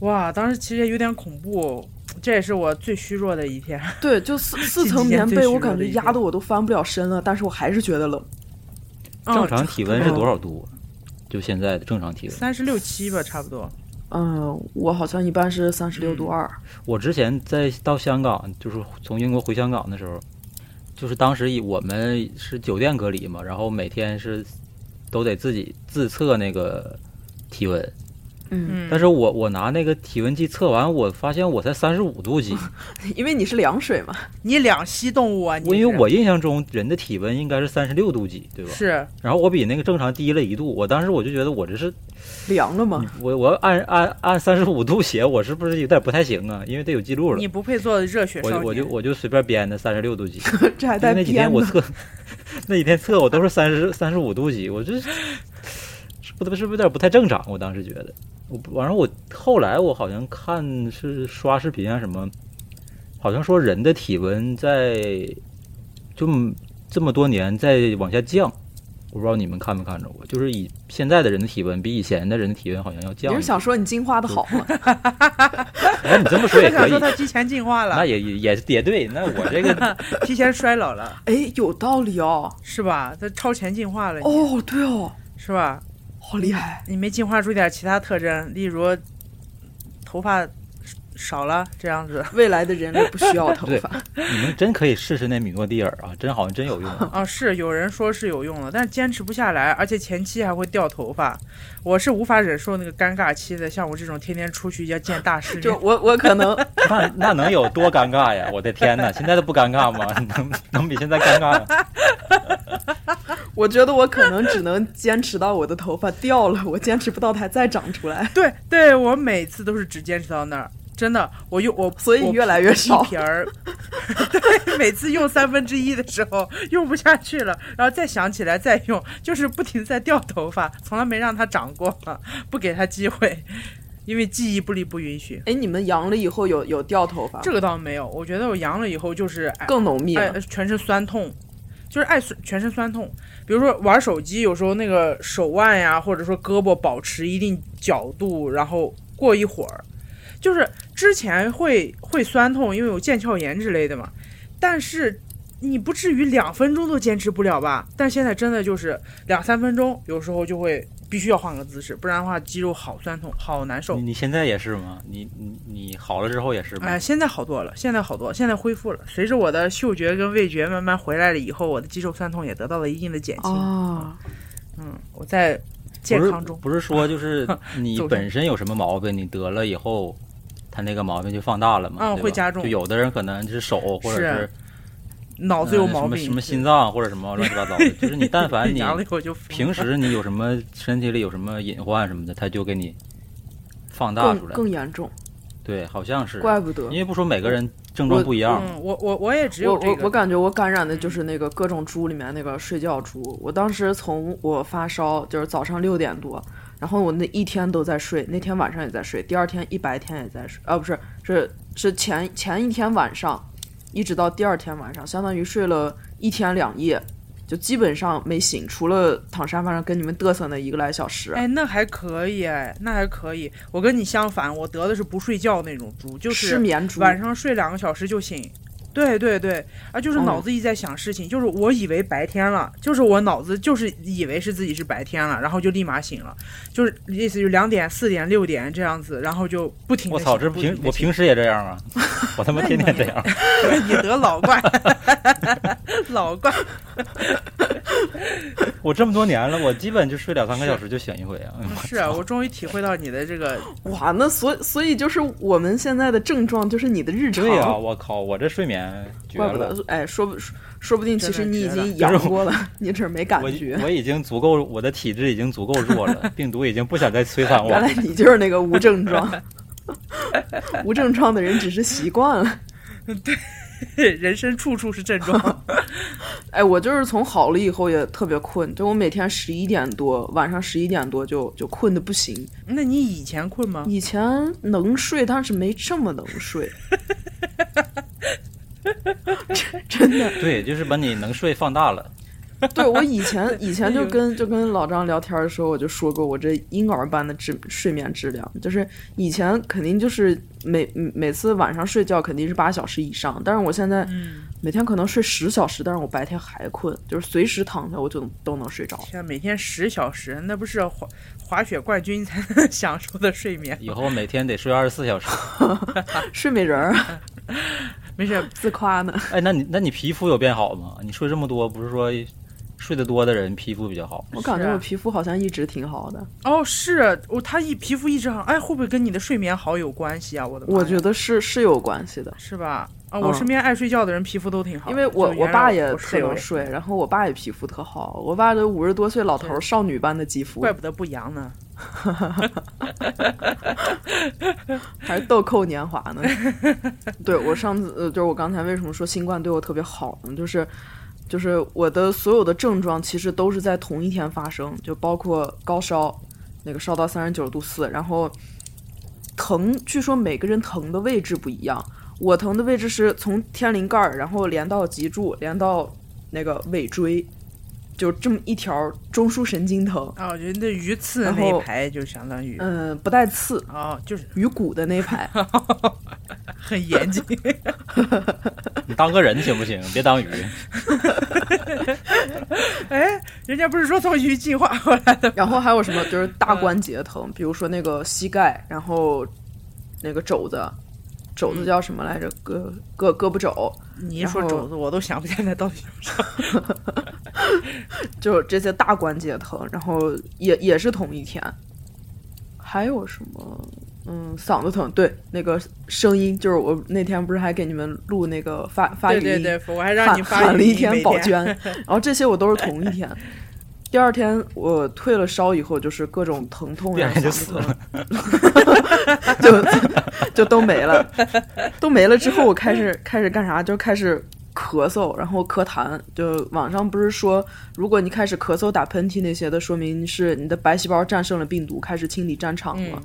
Speaker 2: 哇，当时其实也有点恐怖，这也是我最虚弱的一天。
Speaker 1: 对，就四四
Speaker 2: 近
Speaker 1: 层
Speaker 2: 几年
Speaker 1: 棉
Speaker 2: 最
Speaker 1: 被，
Speaker 2: 虚
Speaker 1: 我
Speaker 2: 弱
Speaker 1: 感
Speaker 2: 的
Speaker 1: 觉
Speaker 2: 一
Speaker 1: 压
Speaker 2: 天
Speaker 1: 得我都翻不了身了，但是我还是觉得冷。
Speaker 2: 啊
Speaker 3: 正常体温是
Speaker 1: 嗯
Speaker 3: 多少度？啊就现在的正常体温。
Speaker 2: 哦三十六七吧，差不多。
Speaker 1: 嗯，我好像一般是三十六度二、
Speaker 3: 我之前在到香港，就是从英国回香港的时候，就是当时以我们是酒店隔离嘛，然后每天是都得自己自测那个体温，
Speaker 1: 嗯，
Speaker 2: 嗯，
Speaker 3: 但是我我拿那个体温计测完，我发现我才三十五度几，
Speaker 2: 嗯
Speaker 1: 因为你是凉水嘛，
Speaker 2: 你两栖动物啊，你
Speaker 3: 我因为
Speaker 2: 是
Speaker 3: 我印象中人的体温应该是三十六度几，对吧？
Speaker 2: 是
Speaker 3: 然后我比那个正常低了一度，我当时我就觉得我这是
Speaker 1: 凉了嘛。
Speaker 3: 我我要按按按三十五度写，我是不是有点不太行啊？因为得有记录了
Speaker 2: 你。不配做热血
Speaker 3: 我
Speaker 2: 少
Speaker 3: 就我就
Speaker 2: 年。
Speaker 3: 我就随便编的三十六度几，
Speaker 1: 这还
Speaker 3: 因为
Speaker 1: 带
Speaker 3: 那几
Speaker 1: 编
Speaker 3: 天我
Speaker 1: 呢。
Speaker 3: 测，那几天测我都是三十三十五度几，我这是不是不是有点不太正常？我当时觉得，我不完了我后来我好像看是刷视频啊什么，好像说人的体温在就这么多年在往下降，我不知道你们看没看着过，就是以现在的人的体温比以前的人的体温好像要降
Speaker 1: 你
Speaker 3: 一
Speaker 1: 是
Speaker 3: 些。
Speaker 1: 想说你进化的好吗？
Speaker 3: 哎，你这么说
Speaker 2: 他
Speaker 3: 也可
Speaker 2: 想
Speaker 3: 以
Speaker 2: 说，他提前进化
Speaker 3: 那
Speaker 2: 了，
Speaker 3: 也也也也对，那我这个
Speaker 2: 提前衰老了，
Speaker 1: 哎，有道理哦。
Speaker 2: 是吧？他超前进化了，
Speaker 3: 哎
Speaker 2: 你
Speaker 1: 哦，对哦，
Speaker 2: 是吧？
Speaker 1: 好厉害。
Speaker 2: 你没进化出点其他特征，例如头发少了这样子
Speaker 1: 未来的人类不需要头
Speaker 3: 对
Speaker 1: 发。
Speaker 3: 你们真可以试试那米诺地尔啊，真好像真有用啊、
Speaker 2: 啊？是有人说是有用的，但是坚持不下来，而且前期还会掉头发，我是无法忍受那个尴尬期的。像我这种天天出去要见大世
Speaker 1: 就
Speaker 2: 面，
Speaker 1: 我，我可能
Speaker 3: 那那能有多尴尬呀？我的天哪，现在都不尴尬吗？ 能能比现在尴尬 吗？
Speaker 1: 我觉得我可能只能坚持到我的头发掉了，我坚持不到它再长出来，
Speaker 2: 对对，我每次都是只坚持到那儿，真的，我用我
Speaker 1: 所以
Speaker 2: 我
Speaker 1: 越来越
Speaker 2: 一
Speaker 1: 少。
Speaker 2: 瓶儿， 对，每次用三分之一的时候用不下去了，然后再想起来再用，就是不停在掉头发，从来没让它长过，不给它机会，因为记忆不力不允许。
Speaker 1: 哎，你们阳了以后有有掉头发吗，
Speaker 2: 这个倒没有，我觉得我阳了以后就是哎
Speaker 1: 更浓密
Speaker 2: 哎
Speaker 1: 了。
Speaker 2: 全身酸痛，就是爱酸全身酸痛。比如说玩手机，有时候那个手腕呀，或者说胳膊保持一定角度，然后过一会儿，就是之前会会酸痛，因为有腱鞘炎之类的嘛。但是你不至于两分钟都坚持不了吧？但现在真的就是两三分钟，有时候就会必须要换个姿势，不然的话肌肉好酸痛，好难受
Speaker 3: 你。你现在也是吗？你你你好了之后也是吗？
Speaker 2: 哎，现在好多了，现在好多，现在恢复了。随着我的嗅觉跟味觉慢慢回来了以后，我的肌肉酸痛也得到了一定的减轻。
Speaker 1: 啊，
Speaker 2: 嗯，我在健康中
Speaker 3: 不是不是说就是 你
Speaker 2: 走上
Speaker 3: 本身有什么毛病，你得了以后，他那个毛病就放大了嘛？
Speaker 2: 嗯
Speaker 3: 对吧
Speaker 2: 会加重
Speaker 3: 就有的人可能是手或者
Speaker 2: 是脑
Speaker 3: 呃
Speaker 2: 子有毛病，
Speaker 3: 什么什么心脏或者什么乱七八 糟的，就是你但凡你
Speaker 2: 阳了以后就疯
Speaker 3: 平
Speaker 2: 了
Speaker 3: 时你有什么身体里有什么隐患什么的，他就给你放大
Speaker 1: 更
Speaker 3: 出来。
Speaker 1: 更严重，
Speaker 3: 对，好像是，
Speaker 1: 怪不得
Speaker 3: 因。为不说每个人症状不一样，
Speaker 2: 嗯，我我我也只
Speaker 1: 我
Speaker 2: 有这
Speaker 1: 我
Speaker 2: 个，嗯
Speaker 1: 我感觉我感染的就是那个各种猪里面那个睡觉猪。我当时从我发烧就是早上六点多，然后我那一天都在睡，那天晚上也在睡，第二天一白天也在睡，啊不是是是前前一天晚上，一直到第二天晚上，相当于睡了一天两夜，就基本上没醒，除了躺沙发上跟你们嘚瑟那一个来小时。
Speaker 2: 哎，那还可以，哎，那还可以。我跟你相反，我得的是不睡觉那种猪，就
Speaker 1: 失
Speaker 2: 是
Speaker 1: 眠猪，
Speaker 2: 晚上睡两个小时就醒。对对对，啊，
Speaker 3: 哦
Speaker 2: 就是
Speaker 1: 嗯
Speaker 2: 脑子一直在想事情，就是我以为白天了，就是我脑子就是以为是自己是白天了，然后就立马醒了，就是类似于两点、四点、六点这样子，然后就不停地
Speaker 3: 我
Speaker 2: 醒。
Speaker 3: 操，这
Speaker 2: 不
Speaker 3: 平
Speaker 2: 停地
Speaker 3: 我
Speaker 2: 醒
Speaker 3: 平时也这样啊，我他妈天天这样。
Speaker 2: 你得老 怪，老怪。
Speaker 3: 我这么多年了，我基本就睡两三个小时就醒一回啊。
Speaker 2: 是啊，我终于体会到你的这个
Speaker 1: 哇，那所所以就是我们现在的症状就是你的日常，
Speaker 3: 对啊，我靠，我这睡眠绝
Speaker 1: 怪不
Speaker 3: 了。
Speaker 1: 得，哎，说不说说不定其实
Speaker 2: 真的
Speaker 1: 你已
Speaker 2: 绝了
Speaker 1: 经
Speaker 3: 就是
Speaker 1: 阳
Speaker 3: 我
Speaker 1: 过了， 你只是没感
Speaker 3: 我
Speaker 1: 觉。
Speaker 3: 我已经足够，我的体质已经足够 弱了，病毒已经不想再摧残我
Speaker 1: 原
Speaker 3: 了
Speaker 1: 来。你就是那个无症状， 无症状的人只是习惯了。
Speaker 2: 人生处处是症 状。
Speaker 1: 哎，我就是从好了以后也特别困，就我每天十一点多，晚上十一点多就就困的不行。
Speaker 2: 那你以前困吗？
Speaker 1: 以前能睡，但是没这么能睡。真真的，
Speaker 3: 对，就是把你能睡放大了。
Speaker 1: 对我以前以前就跟就跟老张聊天的时候，我就说过我这婴儿般的质睡眠质量，就是以前肯定就是每每次晚上睡觉肯定是八小时以上，但是我现在
Speaker 2: 嗯，
Speaker 1: 每天可能睡十小时，但是我白天还困，就是随时躺下我就都能睡着。
Speaker 2: 天啊，每天十小时，那不是滑滑雪冠军才能 享受的睡眠？
Speaker 3: 以后每天得睡二十四小时。
Speaker 1: 睡美人儿
Speaker 2: 没事，
Speaker 1: 自夸 呢，
Speaker 3: 哎，那你那你皮肤有变好吗？你睡这么多，不是说睡得多的人皮肤比较好？
Speaker 1: 我感觉
Speaker 2: 是啊
Speaker 1: 我皮肤好像一直挺好的，
Speaker 2: 哦，是我他一皮肤一直好，哎，会不会跟你的睡眠好有关系啊？我的妈呀，
Speaker 1: 我觉得是是有关系的。
Speaker 2: 是吧？啊，
Speaker 1: 嗯
Speaker 2: 我身边爱睡觉的人皮肤都挺好的，
Speaker 1: 因为我
Speaker 2: 就
Speaker 1: 我
Speaker 2: 原来
Speaker 1: 爸也
Speaker 2: 我
Speaker 1: 特
Speaker 2: 室友
Speaker 1: 能睡，然后我爸也皮肤特好，我爸这五十多岁老头儿，少女般的肌肤，
Speaker 2: 怪不得不阳呢。
Speaker 1: 还是豆蔻年华呢。 对我上次呃，就是我刚才为什么说新冠对我特别好呢？就是就是我的所有的症状其实都是在同一天发生，就包括高烧，那个烧到三十九度四，然后疼，据说每个人疼的位置不一样。我疼的位置是从天灵盖儿，然后连到脊柱，连到那个尾椎，就这么一条中枢神经疼。
Speaker 2: 啊，我觉得那鱼
Speaker 1: 嗯
Speaker 2: 刺
Speaker 1: 然
Speaker 2: 那一
Speaker 1: 后
Speaker 2: 排就相当于，
Speaker 1: 嗯、不带刺，
Speaker 2: 哦，就是
Speaker 1: 鱼骨的那排。
Speaker 2: 很严谨。
Speaker 3: 你当个人行不行？别当鱼。
Speaker 2: 哎，人家不是说从鱼进化过来的？
Speaker 1: 然后还有什么就是大关节疼，比如说那个膝盖，然后那个肘子，肘子叫什么来着？胳胳胳膊肘，
Speaker 2: 你一
Speaker 1: 然
Speaker 2: 说
Speaker 1: 后
Speaker 2: 肘子，我都想不起来到底
Speaker 1: 就这些大关节疼，然后也也是同一天。还有什么？嗯，嗓子疼，对，那个声音就是我那天不是还给你们录那个发发语
Speaker 2: 对
Speaker 1: 音，
Speaker 2: 对对，我还让
Speaker 1: 喊
Speaker 2: 你发
Speaker 1: 喊了
Speaker 2: 语
Speaker 1: 一
Speaker 2: 音每，
Speaker 1: 天宝娟 然后这些我都是同一天。第二天我退了烧以后，就是各种疼痛
Speaker 3: 第
Speaker 1: 呀
Speaker 3: 二，天就死了，
Speaker 1: 就就就都没了，都没了之后，我开始开始干啥？就开始咳嗽，然后咳痰。就网上不是说，如果你开始咳嗽、打喷嚏那些的，说明是你的白细胞战胜了病毒，开始清理战场了。
Speaker 2: 嗯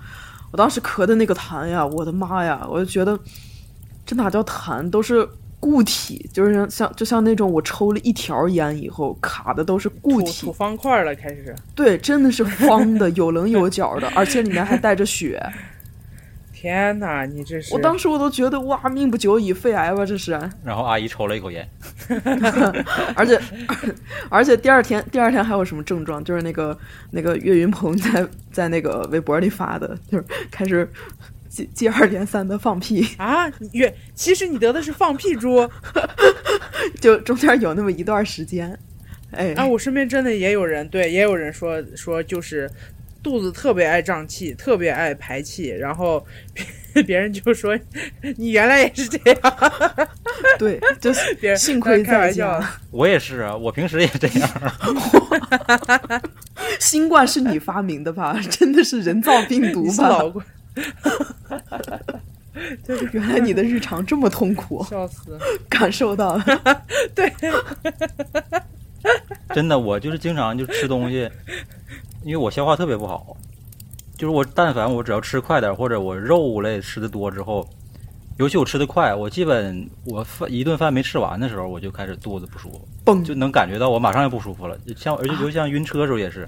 Speaker 1: 我当时咳的那个痰呀，我的妈呀！我就觉得这哪叫痰，都是固体，就是像像就像那种我抽了一条烟以后卡的都是固
Speaker 2: 吐
Speaker 1: 体
Speaker 2: 吐，方块了，开始。
Speaker 1: 对，真的是方的，有棱有角的，而且里面还带着血。
Speaker 2: 天哪，你这是
Speaker 1: 我当时我都觉得哇，命不久矣，肺癌吧这是。
Speaker 3: 然后阿姨抽了一口烟，
Speaker 1: 而且 而且第二天第二天还有什么症状？就是那个那个岳云鹏在在那个微博里发的，就是开始接接二连三的放屁，
Speaker 2: 啊，你越其实你得的是放屁猪
Speaker 1: 就中间有那么一段时间，哎，
Speaker 2: 啊！我身边真的也有人，对，也有人说说就是肚子特别爱胀气，特别爱排气，然后别别人就说你原来也是这样，
Speaker 1: 对，就是
Speaker 2: 别人呃
Speaker 1: 幸亏
Speaker 2: 开
Speaker 1: 在
Speaker 2: 玩笑
Speaker 1: 家
Speaker 2: 的。。
Speaker 3: 我也是啊，我平时也这样。
Speaker 1: 新冠是你发明的吧？真的是人造病毒
Speaker 2: 你是
Speaker 1: 吧
Speaker 2: 老？怪，
Speaker 1: 原来你的日常这么痛苦，
Speaker 2: 笑死！
Speaker 1: 感受到了。
Speaker 2: 对，
Speaker 3: 真的，我就是经常就吃东西，因为我消化特别不好，就是我但凡我只要吃快点儿，或者我肉类吃的多之后，尤其我吃的快，我基本我饭一顿饭没吃完的时候，我就开始肚子不舒服，
Speaker 1: 蹦
Speaker 3: 就能感觉到我马上就不舒服了。就像而且尤其像晕车的时候也是，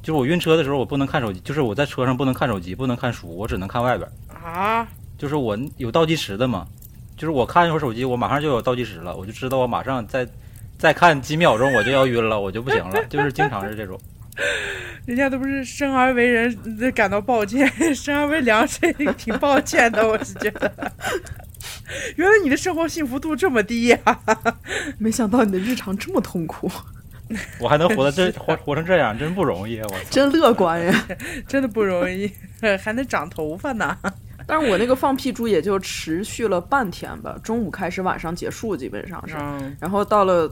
Speaker 3: 就是我晕车的时候我不能看手机，就是我在车上不能看手机，不能看书，我只能看外边儿。
Speaker 2: 啊，
Speaker 3: 就是我有倒计时的嘛，就是我看一会儿手机，我马上就有倒计时了，我就知道我马上再再看几秒钟我就要晕了，我就不行 了，就是经常是这种。
Speaker 2: 人家都不是生而为人感到抱歉，生而为良是挺抱歉的，我是觉得。原来你的生活幸福度这么低呀、
Speaker 1: 没想到你的日常这么痛苦，
Speaker 3: 我还能活到这
Speaker 2: 是的
Speaker 3: 活活成这样，真不容易啊！我
Speaker 1: 真乐观呀！
Speaker 2: 真的不容易，还能长头发呢。
Speaker 1: 但是我那个放屁猪也就持续了半天吧，中午开始，晚上结束，基本上是。
Speaker 2: 嗯，
Speaker 1: 然后到了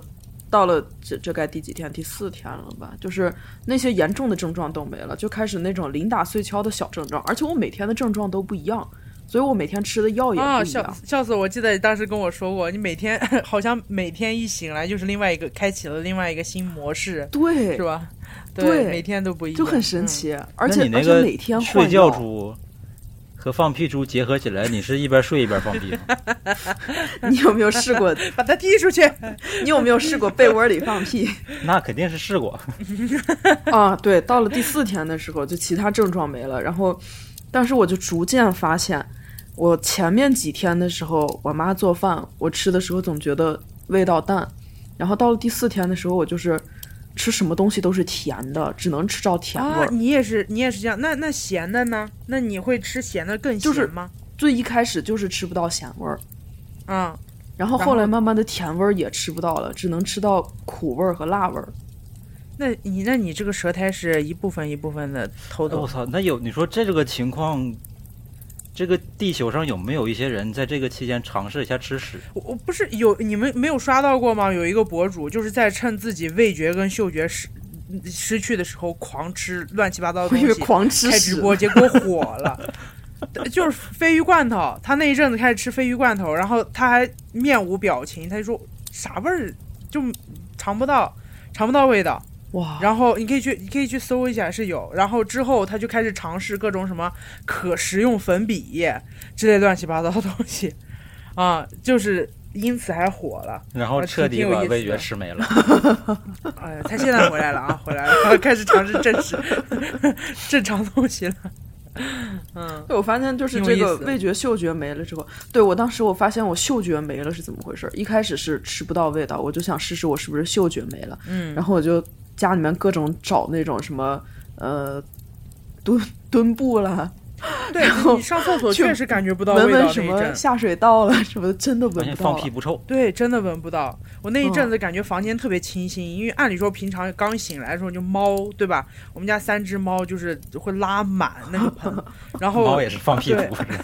Speaker 1: 到了这这该第几天？第四天了吧？就是那些严重的症状都没了，就开始那种零打碎敲的小症状，而且我每天的症状都不一样，所以我每天吃的药也
Speaker 2: 啊，
Speaker 1: 不一样。
Speaker 2: 笑笑死我！我记得你当时跟我说过，你每天好像每天一醒来就是另外一个，开启了另外一个新模式，
Speaker 1: 对
Speaker 2: 是，吧？嗯
Speaker 1: 对
Speaker 2: 每天都不一样，
Speaker 1: 就很神奇，而
Speaker 3: 那
Speaker 1: 且
Speaker 3: 你那
Speaker 1: 而且
Speaker 3: 个
Speaker 1: 每天
Speaker 3: 睡
Speaker 1: 换药。
Speaker 3: 觉猪和放屁猪结合起来，你是一边睡一边放屁 吗？
Speaker 1: 你有没有试过？
Speaker 2: 嗯。把他踢出去，
Speaker 1: 你有没有试过被窝里放屁？
Speaker 3: 那肯定是试 过。
Speaker 1: 啊，对，到了第四天的时候，就其他症状没了。然后，但是我就逐渐发现，我前面几天的时候，我妈做饭，我吃的时候总觉得味道淡，然后到了第四天的时候，我就是吃什么东西都是甜的，只能吃着甜味
Speaker 2: 啊
Speaker 1: 儿。，
Speaker 2: 你也是，你也是这样。那那咸的呢？那你会吃咸的更
Speaker 1: 就是
Speaker 2: 咸吗？
Speaker 1: 最一开始就是吃不到咸味儿，
Speaker 2: 啊、
Speaker 1: 然后
Speaker 2: 然
Speaker 1: 后来
Speaker 2: 后
Speaker 1: 慢慢的甜味儿也吃不到了，只能吃到苦味儿和辣味儿。
Speaker 2: 那你那你这个舌苔是一部分一部分的偷
Speaker 3: 哎
Speaker 2: 走。
Speaker 3: 我操，那有你说这个情况，这个地球上有没有一些人在这个期间尝试一下吃屎？
Speaker 2: 我我不是有你们没有刷到过吗？有一个博主就是在趁自己味觉跟嗅觉失嗯失去的时候狂吃乱七八糟的
Speaker 1: 我
Speaker 2: 东
Speaker 1: 以为
Speaker 2: 西，
Speaker 1: 狂吃
Speaker 2: 开
Speaker 1: 屎
Speaker 2: 直播，结果火了。就是鲱鱼罐头，他那一阵子开始吃鲱鱼罐头，然后他还面无表情，他就说啥味儿就尝不到，尝不到味道。
Speaker 1: 哇！
Speaker 2: 然后你可以去，你可以去搜一下是有。然后之后他就开始尝试各种什么可食用粉笔液之类乱七八糟的东西，啊，就是因此还火了。
Speaker 3: 然后
Speaker 2: 啊
Speaker 3: 彻底
Speaker 2: 挺有
Speaker 3: 把
Speaker 2: 意思
Speaker 3: 味觉
Speaker 2: 的
Speaker 3: 吃没 了。
Speaker 2: 哎呀，他现在回来了啊，回来了， 开始尝试正式正常东西了。嗯，
Speaker 1: 对，我发现就是
Speaker 2: 挺
Speaker 1: 这
Speaker 2: 有意
Speaker 1: 个
Speaker 2: 思
Speaker 1: 味觉、嗅觉没了之后，对我当时我发现我嗅觉没了是怎么回事儿？一开始是吃不到味道，我就想试试我是不是嗅觉没了，
Speaker 2: 嗯
Speaker 1: 然后我就家里面各种找那种什么呃墩墩布啦，
Speaker 2: 对你上厕所
Speaker 1: 去
Speaker 2: 确实感觉不到
Speaker 1: 闻
Speaker 2: 味道
Speaker 1: 闻
Speaker 2: 那一
Speaker 1: 什
Speaker 2: 阵嗯
Speaker 1: 么。下水道了 什么的，真的
Speaker 3: 发
Speaker 1: 闻
Speaker 3: 现
Speaker 1: 不到
Speaker 3: 放
Speaker 1: 了
Speaker 3: 屁不臭，
Speaker 2: 啊对，真的闻不到。我那一
Speaker 1: 嗯
Speaker 2: 阵子感觉房间特别清新，因为按理说平常刚醒来的时候就猫，对吧？我们家三只猫就是会拉满那个盆， 然后
Speaker 3: 猫也是放屁
Speaker 2: 对
Speaker 3: 不是吧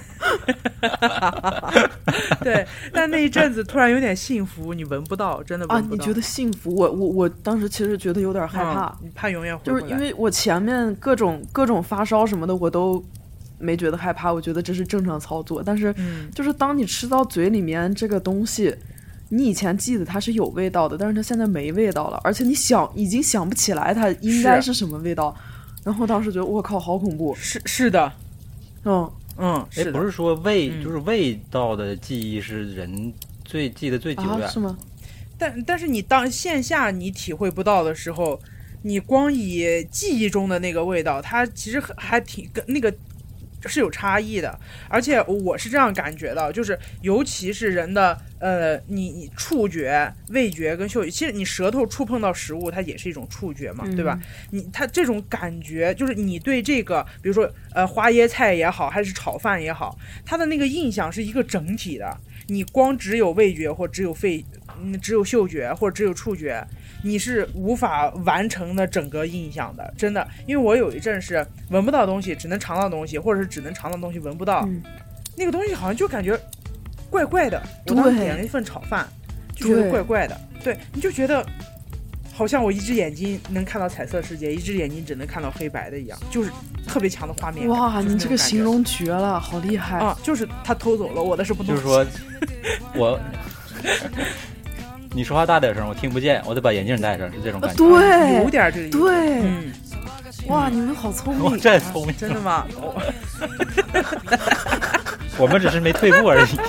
Speaker 2: 对，但那一阵子突然有点幸福，你闻不到，真的
Speaker 1: 啊！
Speaker 2: 闻不
Speaker 1: 你
Speaker 2: 到。嗯
Speaker 1: 觉得幸福？我我我当时其实觉得有点害怕，
Speaker 2: 嗯你怕永远回
Speaker 1: 就是
Speaker 2: 不来
Speaker 1: 因为我前面各种各种发烧什么的我都没觉得害怕，我觉得这是正常操作，但是。
Speaker 2: 嗯，
Speaker 1: 就是当你吃到嘴里面这个东西，你以前记得它是有味道的，但是它现在没味道了，而且你想已经想不起来它应该是什么味道。然后当时觉得我靠，好恐怖，
Speaker 2: 是是的，
Speaker 1: 嗯，
Speaker 2: 嗯，是
Speaker 3: 哎，
Speaker 2: 的，
Speaker 3: 不是说味，
Speaker 2: 嗯
Speaker 3: 就是味道的记忆是人最记得最久
Speaker 1: 啊，
Speaker 3: 远。
Speaker 1: 是吗？
Speaker 2: 但但是你当线下你体会不到的时候，你光以记忆中的那个味道，它其实很还挺跟那个是有差异的。而且我是这样感觉到，就是尤其是人的呃，你你触觉、味觉跟嗅觉，其实你舌头触碰到食物，它也是一种触觉
Speaker 1: 嗯
Speaker 2: 嘛，嗯对吧？你它这种感觉，就是你对这个，比如说呃花椰菜也好，还是炒饭也好，它的那个印象是一个整体的。你光只有味觉或只有肺，嗯，只有嗅觉或者只有触觉，你是无法完成的整个印象的，真的。因为我有一阵是闻不到东西，只能尝到东西，或者是只能尝到东西闻不到，
Speaker 1: 嗯
Speaker 2: 那个东西好像就感觉怪怪的。我当时
Speaker 1: 对
Speaker 2: 点了一份炒饭，就觉得
Speaker 1: 对
Speaker 2: 怪怪的，对，你就觉得好像我一只眼睛能看到彩色世界，一只眼睛只能看到黑白的一样，就是特别强的画面感。
Speaker 1: 哇，
Speaker 2: 就是
Speaker 1: 你
Speaker 2: 那
Speaker 1: 这个
Speaker 2: 种感
Speaker 1: 形
Speaker 2: 觉
Speaker 1: 容绝了，好厉害！
Speaker 2: 啊，就是他偷走了我的是不能，
Speaker 3: 就是说，我你说话大点声，我听不见，我得把眼镜戴上，是这种
Speaker 1: 啊
Speaker 3: 感觉。
Speaker 1: 对
Speaker 2: 嗯有点嗯这个意思。
Speaker 1: 对、
Speaker 2: 嗯，
Speaker 1: 哇，你们好聪明
Speaker 3: 我这聪明，
Speaker 2: 真的吗？ 我
Speaker 3: 我们只是没退步而已。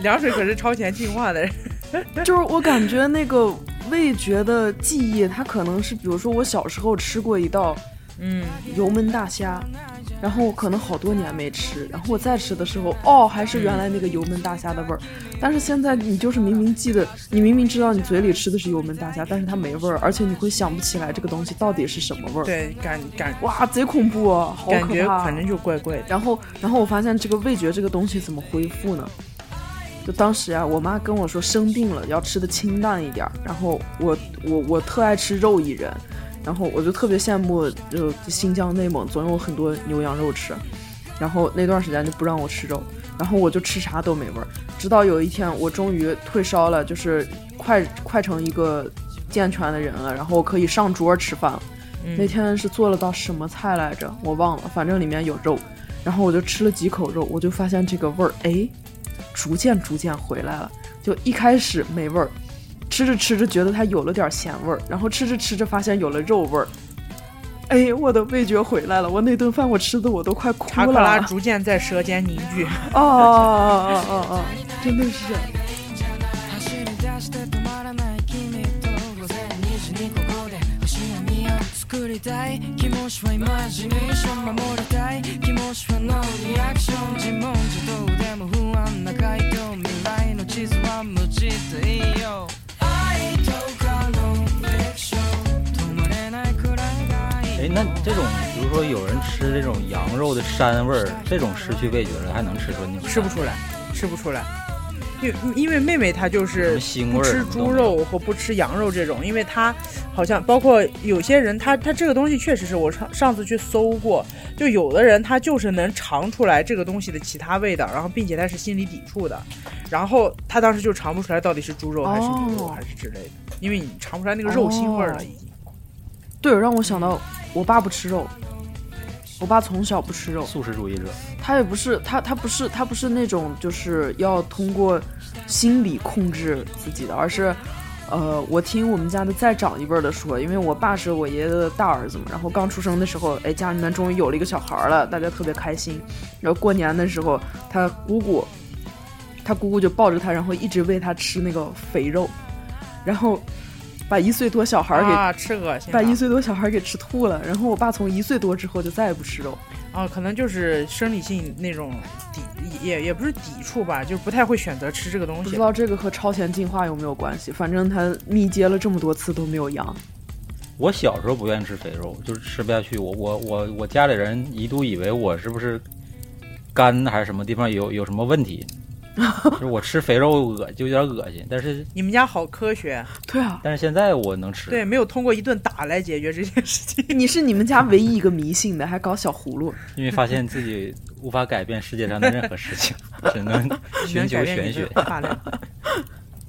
Speaker 2: 凉水可是超前进化的人。
Speaker 1: 就是我感觉那个味觉的记忆，它可能是，比如说我小时候吃过一道
Speaker 2: 嗯，
Speaker 1: 油焖大虾，然后我可能好多年没吃，然后我再吃的时候，哦，还是原来那个油焖大虾的味儿。但是现在你就是明明记得，你明明知道你嘴里吃的是油焖大虾，但是它没味儿，而且你会想不起来这个东西到底是什么味儿。
Speaker 2: 对，感感
Speaker 1: 哇，贼恐怖、啊，好可
Speaker 2: 感觉
Speaker 1: 怕。
Speaker 2: 反正就怪怪的。
Speaker 1: 然后，然后我发现这个味觉这个东西怎么恢复呢？就当时啊，我妈跟我说生病了要吃的清淡一点儿，然后我我我特爱吃肉薏仁，然后我就特别羡慕就新疆内蒙总有很多牛羊肉吃，然后那段时间就不让我吃肉，然后我就吃啥都没味儿，直到有一天我终于退烧了，就是快快成一个健全的人了，然后我可以上桌吃饭了。那
Speaker 2: 嗯，
Speaker 1: 天是做了道什么菜来着，我忘了，反正里面有肉，然后我就吃了几口肉，我就发现这个味儿，哎，逐渐逐渐回来了。就一开始没味儿，吃着吃着觉得它有了点咸味儿，然后吃着吃着发现有了肉味儿，哎，我的味觉回来了。我那顿饭我吃的我都快哭
Speaker 2: 查克
Speaker 1: 了，
Speaker 2: 拉
Speaker 1: 啊
Speaker 2: 逐渐在舌尖凝聚。
Speaker 1: 啊啊啊啊啊！真的是。
Speaker 5: 走り出して止まらない君と午前22個後で星や見を作りたい気持ちはイマジネーション守りたい気持ちはノーリアクション自問自答でも不安な回答未来の地図は無知でいいよ愛とかノンフィクション止まれないくらいがいい
Speaker 3: 哎，那这种比如说有人吃这种羊肉的膻味儿，这种失去味觉了还能吃出那种
Speaker 2: 吃不出来，吃不出来。因为因为妹妹她就
Speaker 3: 什
Speaker 2: 是
Speaker 3: 么腥
Speaker 2: 不
Speaker 3: 味儿什
Speaker 2: 吃
Speaker 3: 么都
Speaker 2: 猪
Speaker 3: 没有
Speaker 2: 肉或不吃羊肉这种，因为她好像包括有些人，她她这个东西确实是我上上次去搜过，就有的人他就是能尝出来这个东西的其他味道，然后并且他是心理抵触的，然后他当时就尝不出来到底是猪肉还是牛肉
Speaker 1: 哦
Speaker 2: 还是之类的，因为你尝不出来那个肉腥味儿了已经。
Speaker 1: 对，让我想到我爸不吃肉，我爸从小不吃肉，
Speaker 3: 素食主义者，
Speaker 1: 他也不是他他不是他不是那种就是要通过心理控制自己的，而是。呃，我听我们家的再长一辈儿的说，因为我爸是我爷爷的大儿子嘛，然后刚出生的时候，哎，家里面终于有了一个小孩儿了，大家特别开心。然后过年的时候，他姑姑，他姑姑就抱着他，然后一直喂他吃那个肥肉，然后把一岁多小孩儿给、
Speaker 2: 啊，吃恶心
Speaker 1: 哦把一
Speaker 2: 了
Speaker 1: 岁多小孩儿给吃吐了。然后我爸从一岁多之后就再也不吃肉，
Speaker 2: 啊，可能就是生理性那种抵也也不是抵触吧，就是不太会选择吃这个东
Speaker 1: 不
Speaker 2: 西
Speaker 1: 知。道这个和超前进化有没有关系，反正他密接了这么多次都没有阳。
Speaker 3: 我小时候不愿意吃肥肉，就是吃不下去。我我我我家里人一度以为我是不是肝还是什么地方有有什么问题，就是我吃肥肉恶就有点恶心。但是
Speaker 2: 你们家好科学，
Speaker 1: 对啊，
Speaker 3: 但是现在我能吃，
Speaker 2: 对，没有通过一顿打来解决这件事 情。
Speaker 1: 哎你是你们家唯一一个迷信的，还搞小葫 芦。
Speaker 3: 因为发现自己无法改变世界上的任何事情， 只能寻
Speaker 2: 能
Speaker 3: 求
Speaker 2: 改变
Speaker 3: 玄
Speaker 2: 你的
Speaker 3: 学。
Speaker 2: 发量，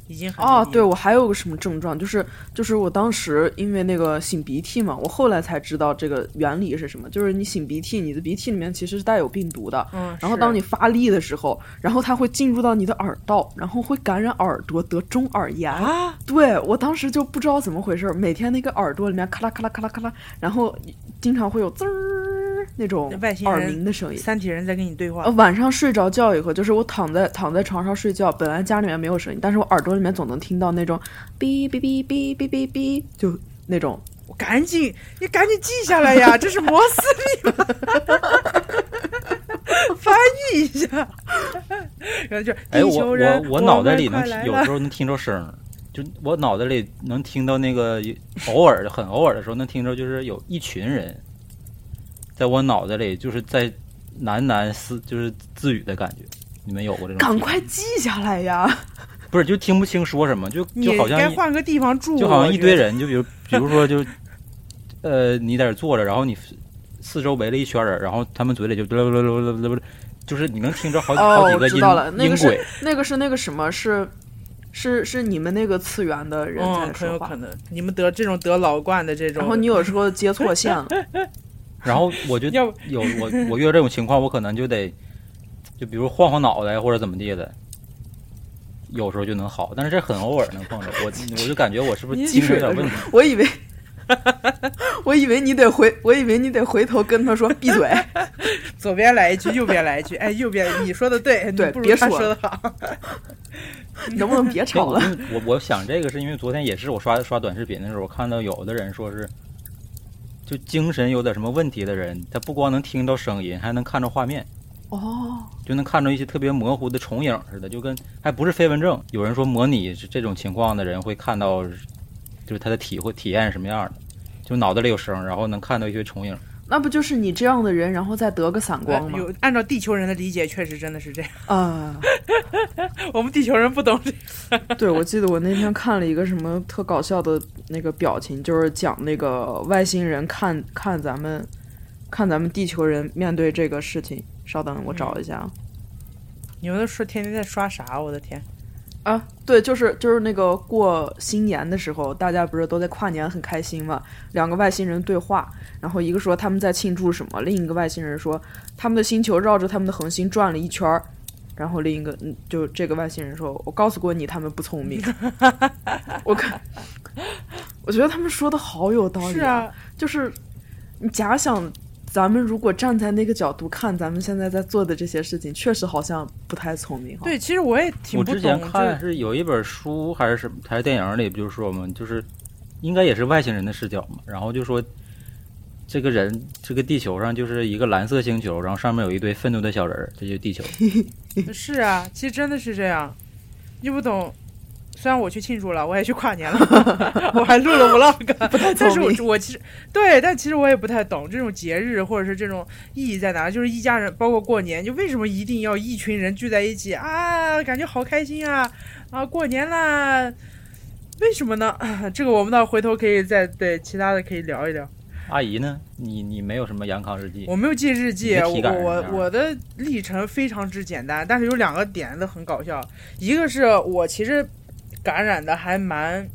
Speaker 2: 已经很
Speaker 1: 哦
Speaker 2: 努，力
Speaker 1: 对，
Speaker 2: 了，
Speaker 1: 我还有个什么症状，就是就是我当时因为那个擤鼻涕嘛，我后来才知道这个原理是什么，就是你擤鼻涕，你的鼻涕里面其实是带有病毒的。
Speaker 2: 嗯，
Speaker 1: 然后
Speaker 2: 是
Speaker 1: 当你发力的时候，然后它会进入到你的耳道，然后会感染耳朵，得中耳炎。
Speaker 2: 啊，
Speaker 1: 对我当时就不知道怎么回事儿，每天那个耳朵里面咔啦咔啦咔啦咔啦，然后经常会有滋儿那种
Speaker 2: 外星
Speaker 1: 耳
Speaker 2: 人
Speaker 1: 鸣的声音。
Speaker 2: 三体人在跟你对话
Speaker 1: 呃，，晚上睡着觉以后，就是我躺在躺在床上睡觉，本来家里面没有声音，但是我耳朵里面总能听到那种哔哔哔哔哔哔哔，就那种。
Speaker 2: 我赶紧，你赶紧记下 来呀，这是摩斯密码， 翻译一下，然后就是
Speaker 3: 哎，
Speaker 2: 地
Speaker 3: 我
Speaker 2: 球
Speaker 3: 我
Speaker 2: 人，
Speaker 3: 我脑袋里能
Speaker 2: 们快来
Speaker 3: 有
Speaker 2: 了
Speaker 3: 时候能听着声儿，就我脑袋里能听到那个偶尔的很偶尔的时候能听着，就是有一群人在我脑袋里就是在喃喃思就是自语的感觉。你们有过这种？
Speaker 1: 赶！快记下来
Speaker 2: 嗯
Speaker 1: 呀！
Speaker 3: 不是就听不清说什么，就
Speaker 2: 你
Speaker 3: 就好像
Speaker 2: 该
Speaker 3: 一
Speaker 2: 换个地方住，
Speaker 3: 就好
Speaker 2: 我
Speaker 3: 像一
Speaker 2: 觉
Speaker 3: 堆
Speaker 2: 得
Speaker 3: 人，就比如比如说就呃你在这儿坐着，然后你四周围了一圈人，然后他们嘴里就 就是你能听着好几好
Speaker 1: 哦，
Speaker 3: 几
Speaker 1: 我
Speaker 3: 个
Speaker 1: 知
Speaker 3: 音
Speaker 1: 道了，那
Speaker 3: 音
Speaker 1: 个是
Speaker 3: 轨。
Speaker 1: 那个是那个什么是是是你们那个次元的人
Speaker 2: 嗯，
Speaker 1: 在
Speaker 2: 很
Speaker 1: 说
Speaker 2: 有
Speaker 1: 话，
Speaker 2: 可能你们得这种得老冠的这种，
Speaker 1: 然后你有时候接错线了，
Speaker 3: 然后 我就
Speaker 2: 要不
Speaker 3: 有我 我遇到这种情况，我可能就得就比如晃晃脑袋或者怎么地的，有时候就能好，但是这很偶尔能碰着我，我就感觉我是不是
Speaker 1: 你
Speaker 3: 精
Speaker 1: 水
Speaker 3: 神有点问题？
Speaker 1: 我以为， 我以为你得回，我以为你得回头跟他说闭嘴。
Speaker 2: 左边来一句，右边 来一句，哎，右边你说的对，
Speaker 1: 对
Speaker 2: 你不如
Speaker 1: 别
Speaker 2: 他
Speaker 1: 说
Speaker 2: 说
Speaker 1: 了
Speaker 2: 的好，
Speaker 1: 能不能别吵 了？
Speaker 3: 我我想这个是因为昨天也是我刷刷短视频的时候，我看到有的人说是，就精神有点什么问题的人，他不光能听到声音，还能看着画面，
Speaker 1: 哦，
Speaker 3: 就能看着一些特别模糊的重影似的，就跟还不是飞蚊症。有人说模拟这这种情况的人会看到，就是他的体会体验是什么样的，就脑袋里有声，然后能看到一些重影。
Speaker 1: 那不就是你这样的人，然后再得个散光吗？
Speaker 2: 哎有按照地球人的理解，确实真的是这样，
Speaker 1: 啊，
Speaker 2: 我们地球人不懂这
Speaker 1: 对，我记得我那天看了一个什么特搞笑的那个表情，就是讲那个外星人看看咱们，看咱们地球人面对这个事情。稍等，我找一下啊。
Speaker 2: 你们都说天天在刷啥？我的天！
Speaker 1: 啊，对，就是就是那个过新年的时候，大家不是都在跨年很开心嘛？两个外星人对话，然后一个说他们在庆祝什么，另一个外星人说他们的星球绕着他们的恒星转了一圈儿，然后另一个嗯就这个外星人说：“我告诉过你，他们不聪 明。”我看，我觉得他们说的好有道理、
Speaker 2: 是啊，
Speaker 1: 就是你假想。咱们如果站在那个角度看，咱们现在在做的这些事情，确实好像不太聪明哈。
Speaker 2: 对，其实我也挺
Speaker 3: 我
Speaker 2: 不
Speaker 3: 之前
Speaker 2: 懂，
Speaker 3: 看是有一本书还是什么还是电影里，不就是说嘛，就是应该也是外星人的视角嘛，然后就说这个人这个地球上就是一个蓝色星球，然后上面有一堆愤怒的小人儿，这就是地球。
Speaker 2: 就是啊，其实真的是这样，又不懂。虽然我去庆祝了，我也去跨年了， 我还录 了 vlog，但是
Speaker 1: 聪
Speaker 2: 我
Speaker 1: 明
Speaker 2: 我其实对，但其实我也不太懂这种节日或者是这种意义在哪，就是一家人，包括过年，就为什么一定要一群人聚在一起啊？感觉好开心啊啊，过年啦！为什么呢？ 这个我们到回头可以再对其他的可以聊一聊。
Speaker 3: 阿姨呢？你你没有什么阳康日记？
Speaker 2: 我没有记日记，
Speaker 3: 你的
Speaker 2: 我
Speaker 3: 体感是
Speaker 2: 我
Speaker 3: 这样
Speaker 2: 我的历程非常之简单，但是有两个点子很搞笑，一个是我其实感染的还蛮，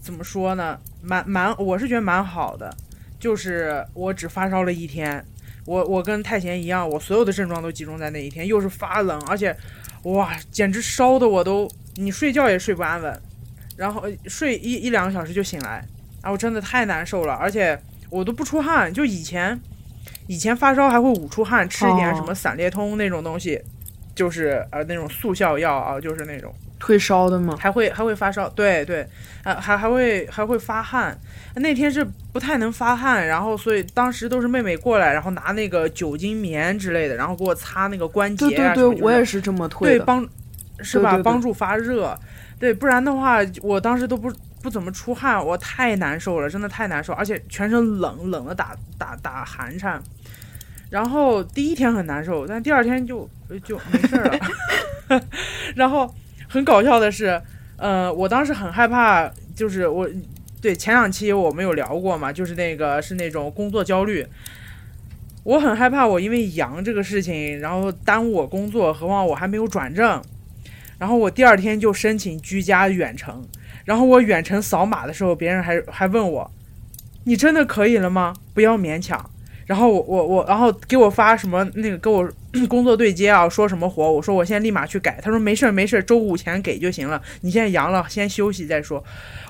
Speaker 2: 怎么说呢，蛮蛮，我是觉得蛮好的，就是我只发烧了一天，我我跟太贤一样，我所有的症状都集中在那一天，又是发冷，而且哇，简直烧的我都，你睡觉也睡不安稳，然后呃睡一一两个小时就醒来，啊，我真的太难受了，而且我都不出汗，就以前。以前发烧还会捂出汗，吃一点
Speaker 1: 哦
Speaker 2: 什么散列通那种东西，就是呃那种速效药啊，就是那种
Speaker 1: 退烧的吗？
Speaker 2: 还会还会发烧，对对，还还还会还会发汗。那天是不太能发汗，然后所以当时都是妹妹过来，然后拿那个酒精棉之类的，然后给我擦那个关节
Speaker 1: 对对
Speaker 2: 啊
Speaker 1: 对，我也
Speaker 2: 是
Speaker 1: 是这么退
Speaker 2: 对
Speaker 1: 的。
Speaker 2: 帮是吧
Speaker 1: 对对对
Speaker 2: 帮助发热，对，不然的话我当时都不不怎么出汗，我太难受了，真的太难受，而且全身冷冷的打打打寒颤。然后第一天很难受，但第二天就呃就没事儿了。 然后很搞笑的是，呃，我当时很害怕，就是我对前两期我们有聊过嘛，就是那个是那种工作焦虑。我很害怕，我因为阳这个事情，然后耽误我工作，何况我还没有转正。然后我第二天就申请居家远程，然后我远程扫码的时候，别人还还问我，你真的可以了吗？不要勉强。然后我我我，然后给我发什么那个给我 工作对接啊，说什么活，我说我现在立马去改。他说没事儿没事儿，周五前给就行了。你现在阳了，先休息再说。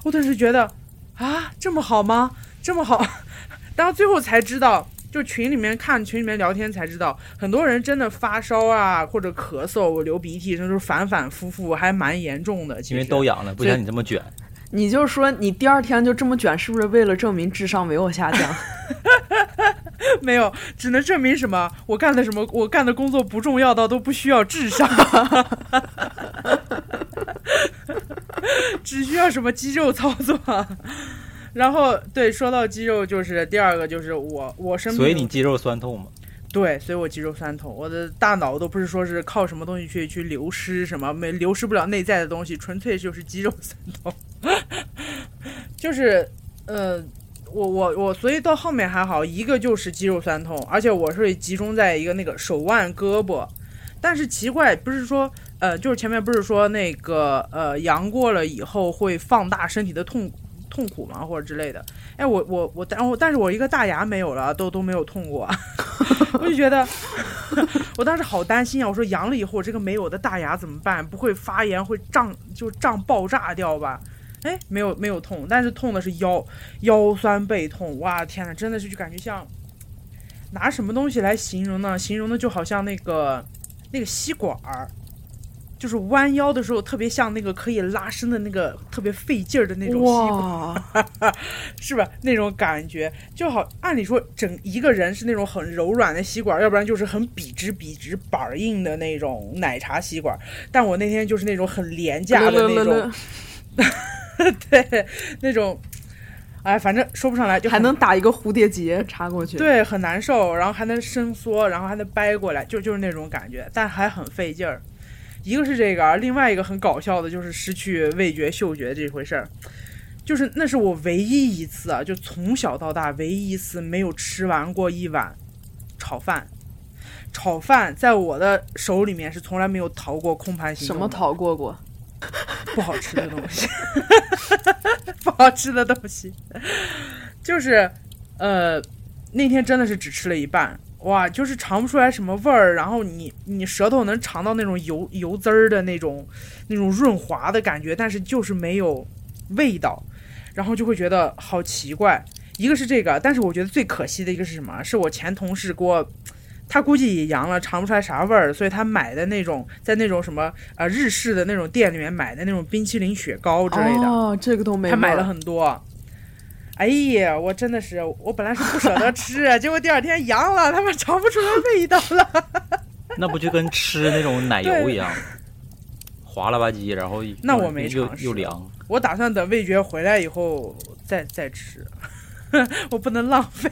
Speaker 2: 我顿时觉得啊，这么好吗？这么好？ 然后最后才知道，就群里面看群里面聊天才知道，很多人真的发烧啊，或者咳嗽、流鼻涕，这都是反反复复，还蛮严重的。其实
Speaker 3: 因为都阳了，不
Speaker 2: 所以
Speaker 3: 像你这么卷。
Speaker 1: 你就说你第二天就这么卷，是不是为了证明智商没有下降？
Speaker 2: 没有，只能证明什么？我干的什么？我干的工作不重要到都不需要智商， 只需要什么肌肉操作。 然后对，说到肌肉，就是第二个，就是我我生病，
Speaker 3: 所以你肌肉酸痛嘛？
Speaker 2: 对，所以我肌肉酸痛，我的大脑都不是说是靠什么东西去去流失什么，没流失不了内在的东西，纯粹就是肌肉酸痛。 就是，呃，我我我，所以到后面还好，一个就是肌肉酸痛，而且我是集中在一个那个手腕、胳膊。但是奇怪，不是说呃，就是前面不是说那个呃，阳过了以后会放大身体的痛痛苦吗，或者之类的？哎，我我我，然后但是我一个大牙没有了，都都没有痛过， 我就觉得 我当时好担心啊！我说阳了以后，我这个没有的大牙怎么办？不会发炎会胀就胀爆炸掉吧？哎，没有没有痛，但是痛的是腰腰酸背痛，哇天呐，真的是就感觉像拿什么东西来形容呢？形容的就好像那个那个吸管儿，就是弯腰的时候特别像那个可以拉伸的那个特别费劲儿的 那种吸管。
Speaker 1: 哇，
Speaker 2: 是吧？那种感觉就好，按理说整一个人是那种很柔软的吸管，要不然就是很笔直笔直板儿硬的那种奶茶吸管。但我那天就是那种很廉价的那种， 对，那种，哎，反正说不上来，就
Speaker 1: 还
Speaker 2: 很
Speaker 1: 能打一个蝴蝶结插过去。，
Speaker 2: 对，很难受，然后还能伸缩，然后还能掰过来，就就是那种感觉，但还很费劲儿。一个是这个，啊另外一个很搞笑的就是失去味觉、嗅觉这回事儿，就是那是我唯一一次啊，就从小到大唯一一次没有吃完过一碗炒饭。炒饭在我的手里面是从来没有逃过空盘行
Speaker 1: 什
Speaker 2: 动
Speaker 1: 么
Speaker 2: 的。
Speaker 1: 逃过过？
Speaker 2: 不好吃的东西， 不好吃的东西，就是呃，那天真的是只吃了一半，哇，就是尝不出来什么味儿，然后你你舌头能尝到那种油油滋儿的那种那种润滑的感觉，但是就是没有味道，然后就会觉得好奇怪。一个是这个，但是我觉得最可惜的一个是什么？是我前同事给我。他估计也阳了，尝不出来啥味儿，所以他买的那种在那种什么呃日式的那种店里面买的那种冰淇淋雪糕之类的，
Speaker 1: 哦，这个都没味
Speaker 2: 他
Speaker 1: 儿。
Speaker 2: 买了很多。哎呀，我真的是，我本来是不舍 得吃，啊结果第二天阳了，他们尝不出来味道了。
Speaker 3: 那不就跟吃那种奶油一样，滑了吧唧，然后一
Speaker 2: 那我没
Speaker 3: 又
Speaker 2: 尝试
Speaker 3: 又凉。
Speaker 2: 我打算等味觉回来以后再再吃， 我不能浪费。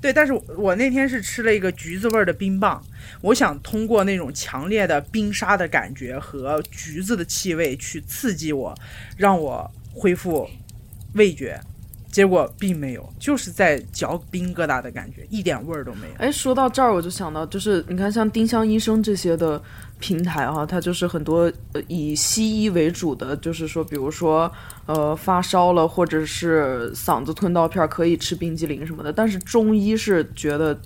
Speaker 2: 对，但是我我那天是吃了一个橘子味儿的冰棒，我想通过那种强烈的冰沙的感觉和橘子的气味去刺激我，让我恢复味觉。结果并没有，就是在嚼冰疙瘩的感觉，一点味儿都没有。
Speaker 1: 哎，说到这儿，我就想到，就是你看，像丁香医生这些的平台哈、它就是很多呃以西医为主的，就是说，比如说呃发烧了，或者是嗓子吞到片儿，可以吃冰激凌什么的。但是中医是觉得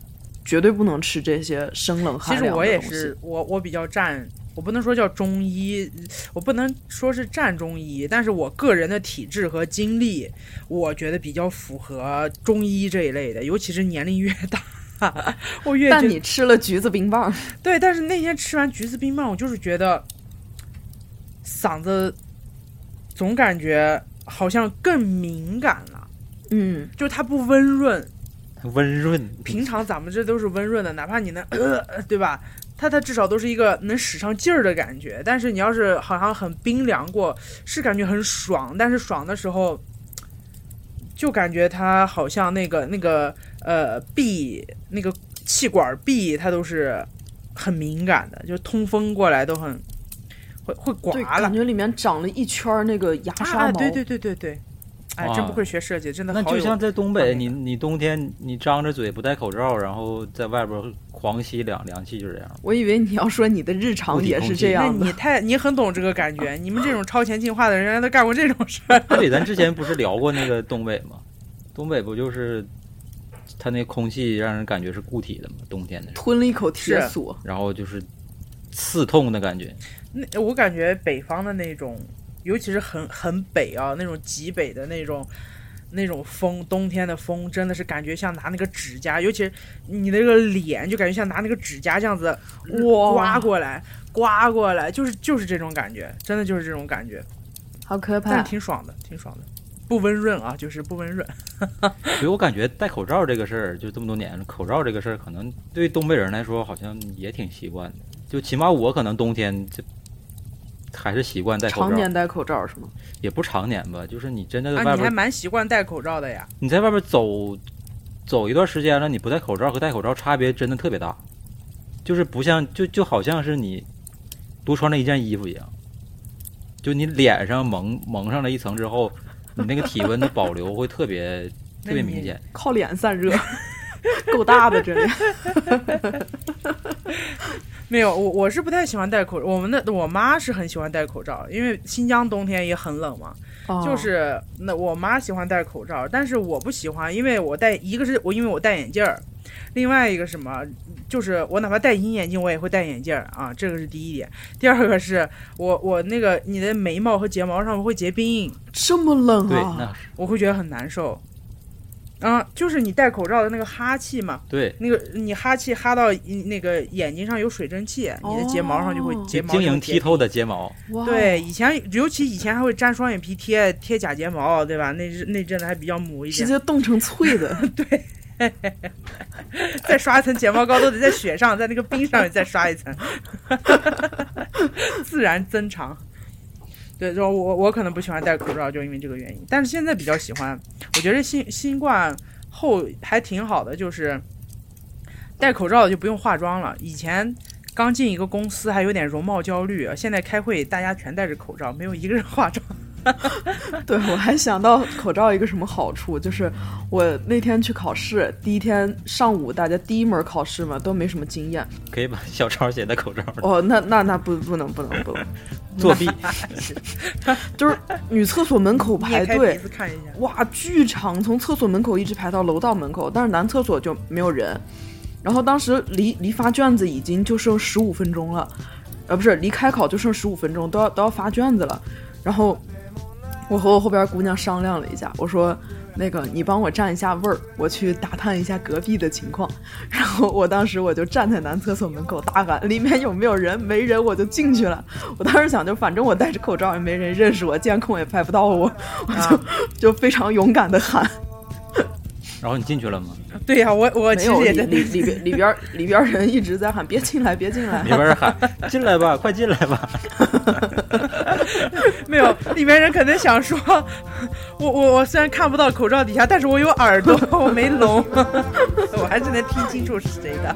Speaker 1: 绝对不能吃这些生冷
Speaker 2: 其
Speaker 1: 寒
Speaker 2: 实
Speaker 1: 凉的
Speaker 2: 我也
Speaker 1: 东西
Speaker 2: 是，我我比较站，我不能说叫中医，我不能说是站中医，但是我个人的体质和经历，我觉得比较符合中医这一类的，尤其是年龄越大， 我越
Speaker 1: 但
Speaker 2: 觉
Speaker 1: 你吃了橘子冰棒，
Speaker 2: 对，但是那天吃完橘子冰棒，我就是觉得嗓子总感觉好像更敏感了，
Speaker 1: 嗯，
Speaker 2: 就它不温润，
Speaker 3: 温润，
Speaker 2: 平常咱们这都是温润的，哪怕你能，呃、对吧？它它至少都是一个能使上劲儿的感觉。但是你要是好像很冰凉过，是感觉很爽，但是爽的时候，就感觉它好像那个那个呃壁那个气管壁，它都是很敏感的，就通风过来都很会会
Speaker 1: 对，
Speaker 2: 刮了
Speaker 1: 感觉里面长了一圈儿那个牙刷毛。
Speaker 2: 啊！对对对对对，哎，真
Speaker 3: 哇
Speaker 2: 不愧学设计，真的
Speaker 3: 那
Speaker 2: 好
Speaker 3: 就
Speaker 2: 有
Speaker 3: 像在东
Speaker 2: 画
Speaker 3: 北，
Speaker 2: 面
Speaker 3: 你
Speaker 2: 感
Speaker 3: 你冬天你张着嘴不戴口罩，然后在外边狂吸凉凉气，就这样。
Speaker 1: 我以为你要说你的日常
Speaker 3: 物理
Speaker 1: 也
Speaker 3: 空
Speaker 1: 是
Speaker 3: 气
Speaker 1: 这
Speaker 2: 那
Speaker 1: 样的
Speaker 2: 你。太你很懂这个 感觉，你们这种超前进化的人，原来都干过这种事 儿。
Speaker 3: 对，咱之前不是聊过那个东北吗？东北不就是它那空气让人感觉是固体的吗？冬天的时候，
Speaker 1: 吞了一口铁
Speaker 2: 是
Speaker 1: 锁，
Speaker 3: 然后就是刺痛的感觉。
Speaker 2: 那我感觉北方的那种，尤其是很很北啊，那种极北的那种。那种风，冬天的风真的是感觉像拿那个指甲，尤其是你那个脸，就感觉像拿那个指甲这样子
Speaker 1: 哇
Speaker 2: 刮过来，刮过来，就是就是这种感觉，真的就是这种感觉，
Speaker 1: 好可
Speaker 2: 但
Speaker 1: 怕
Speaker 2: 是！挺爽的，挺爽的，不温润啊，就是不温润。
Speaker 3: 所以我感觉戴口罩这个事儿，就这么多年了，口罩这个事儿可能对东北人来说好像也挺习惯的。就起码我可能冬天就还是习惯戴口
Speaker 1: 常
Speaker 3: 罩
Speaker 1: 年，戴口罩是吗？
Speaker 3: 也不常年吧。就是你真的在
Speaker 2: 啊，
Speaker 3: 外
Speaker 2: 你还
Speaker 3: 边，
Speaker 2: 蛮习惯戴口罩的呀？
Speaker 3: 你在外边走走一段时间了，你不戴口罩和戴口罩差别真的特别大，就是不像就就好像是你多穿了一件衣服一样，就你脸上蒙蒙上了一层之后，你那个体温的保留会特别
Speaker 2: 那
Speaker 3: 特别
Speaker 2: 你
Speaker 3: 明显。
Speaker 1: 靠 脸散热，够大的这里。
Speaker 2: 没有，我我是不太喜欢戴口罩。我们的我妈是很喜欢戴口罩，因为新疆冬天也很冷嘛。
Speaker 1: 哦
Speaker 2: 就是那我妈喜欢戴口罩，但是我不喜欢，因为我戴一个是我因为我戴眼镜儿，另外一个什么就是我哪怕戴隐形眼镜，我也会戴眼镜儿啊，这个是第一点。第二个是我我那个你的眉毛和睫毛上会结冰，
Speaker 1: 这么冷
Speaker 3: 对，
Speaker 1: 啊！
Speaker 3: 那是
Speaker 2: 我会觉得很难受。啊，就是你戴口罩的那个哈气嘛，
Speaker 3: 对。
Speaker 2: 那个你哈气哈到一那个眼睛上有水蒸气，你的睫毛上就会
Speaker 1: 哦
Speaker 2: 睫毛就
Speaker 3: 晶
Speaker 2: 会
Speaker 3: 莹
Speaker 2: 结
Speaker 3: 剔透的睫毛，
Speaker 1: 哇，
Speaker 2: 对，以前尤其以前还会粘双眼皮贴、贴假睫毛，对吧？那是那阵子还比较母一
Speaker 1: 直
Speaker 2: 点，
Speaker 1: 接冻成脆的，
Speaker 2: 再刷一层睫毛膏都得在雪上，在那个冰上面再刷一 层，自然增长。对，就我我可能不喜欢戴口罩，就因为这个原因。但是现在比较喜欢，我觉得新新冠后还挺好的，就是戴口罩就不用化妆了。以前刚进一个公司还有点容貌焦虑，现在开会大家全戴着口罩，没有一个人 化妆。
Speaker 1: 对，我还想到口罩一个什么好处，就是我那天去考试，第一天上午大家第一门考试嘛，都没什么经验。
Speaker 3: 可以把 小抄写在口罩上，
Speaker 1: 哦，那那那不不能不能不能，
Speaker 3: 作弊。
Speaker 1: 就是女厕所门口排
Speaker 2: 捏开
Speaker 1: 队
Speaker 2: 鼻，子看一下。
Speaker 1: 哇，巨长，从厕所门口一直排到楼道门口，但是男厕所就没有人。然后当时离离发卷子已经就剩十五分钟了，呃，不是离开考就剩十五分钟，都要都要发卷子了。然后我和我后边姑娘商量了一下，我说那个你帮我站一下位儿，我去打探一下隔壁的情况。然后我当时我就站在男厕所门口大喊里面有没有人，没人我就进去了。我当时想就反正我戴着口罩也没人认识我， 监控也拍不到我，我就、就非常勇敢的喊，
Speaker 3: 然后你进去了吗？
Speaker 2: 对呀、我我
Speaker 1: 没
Speaker 2: 其
Speaker 1: 有
Speaker 2: 实
Speaker 1: 里
Speaker 2: 也在
Speaker 1: 里里边里边里边人一直在喊别进来别进来
Speaker 3: 里，边人喊进来吧，快进来吧。
Speaker 2: 没有，里面人可能想说，我我我虽然看不到口罩底下，但是我有耳朵，我没聋， 我还是能听清楚是谁的。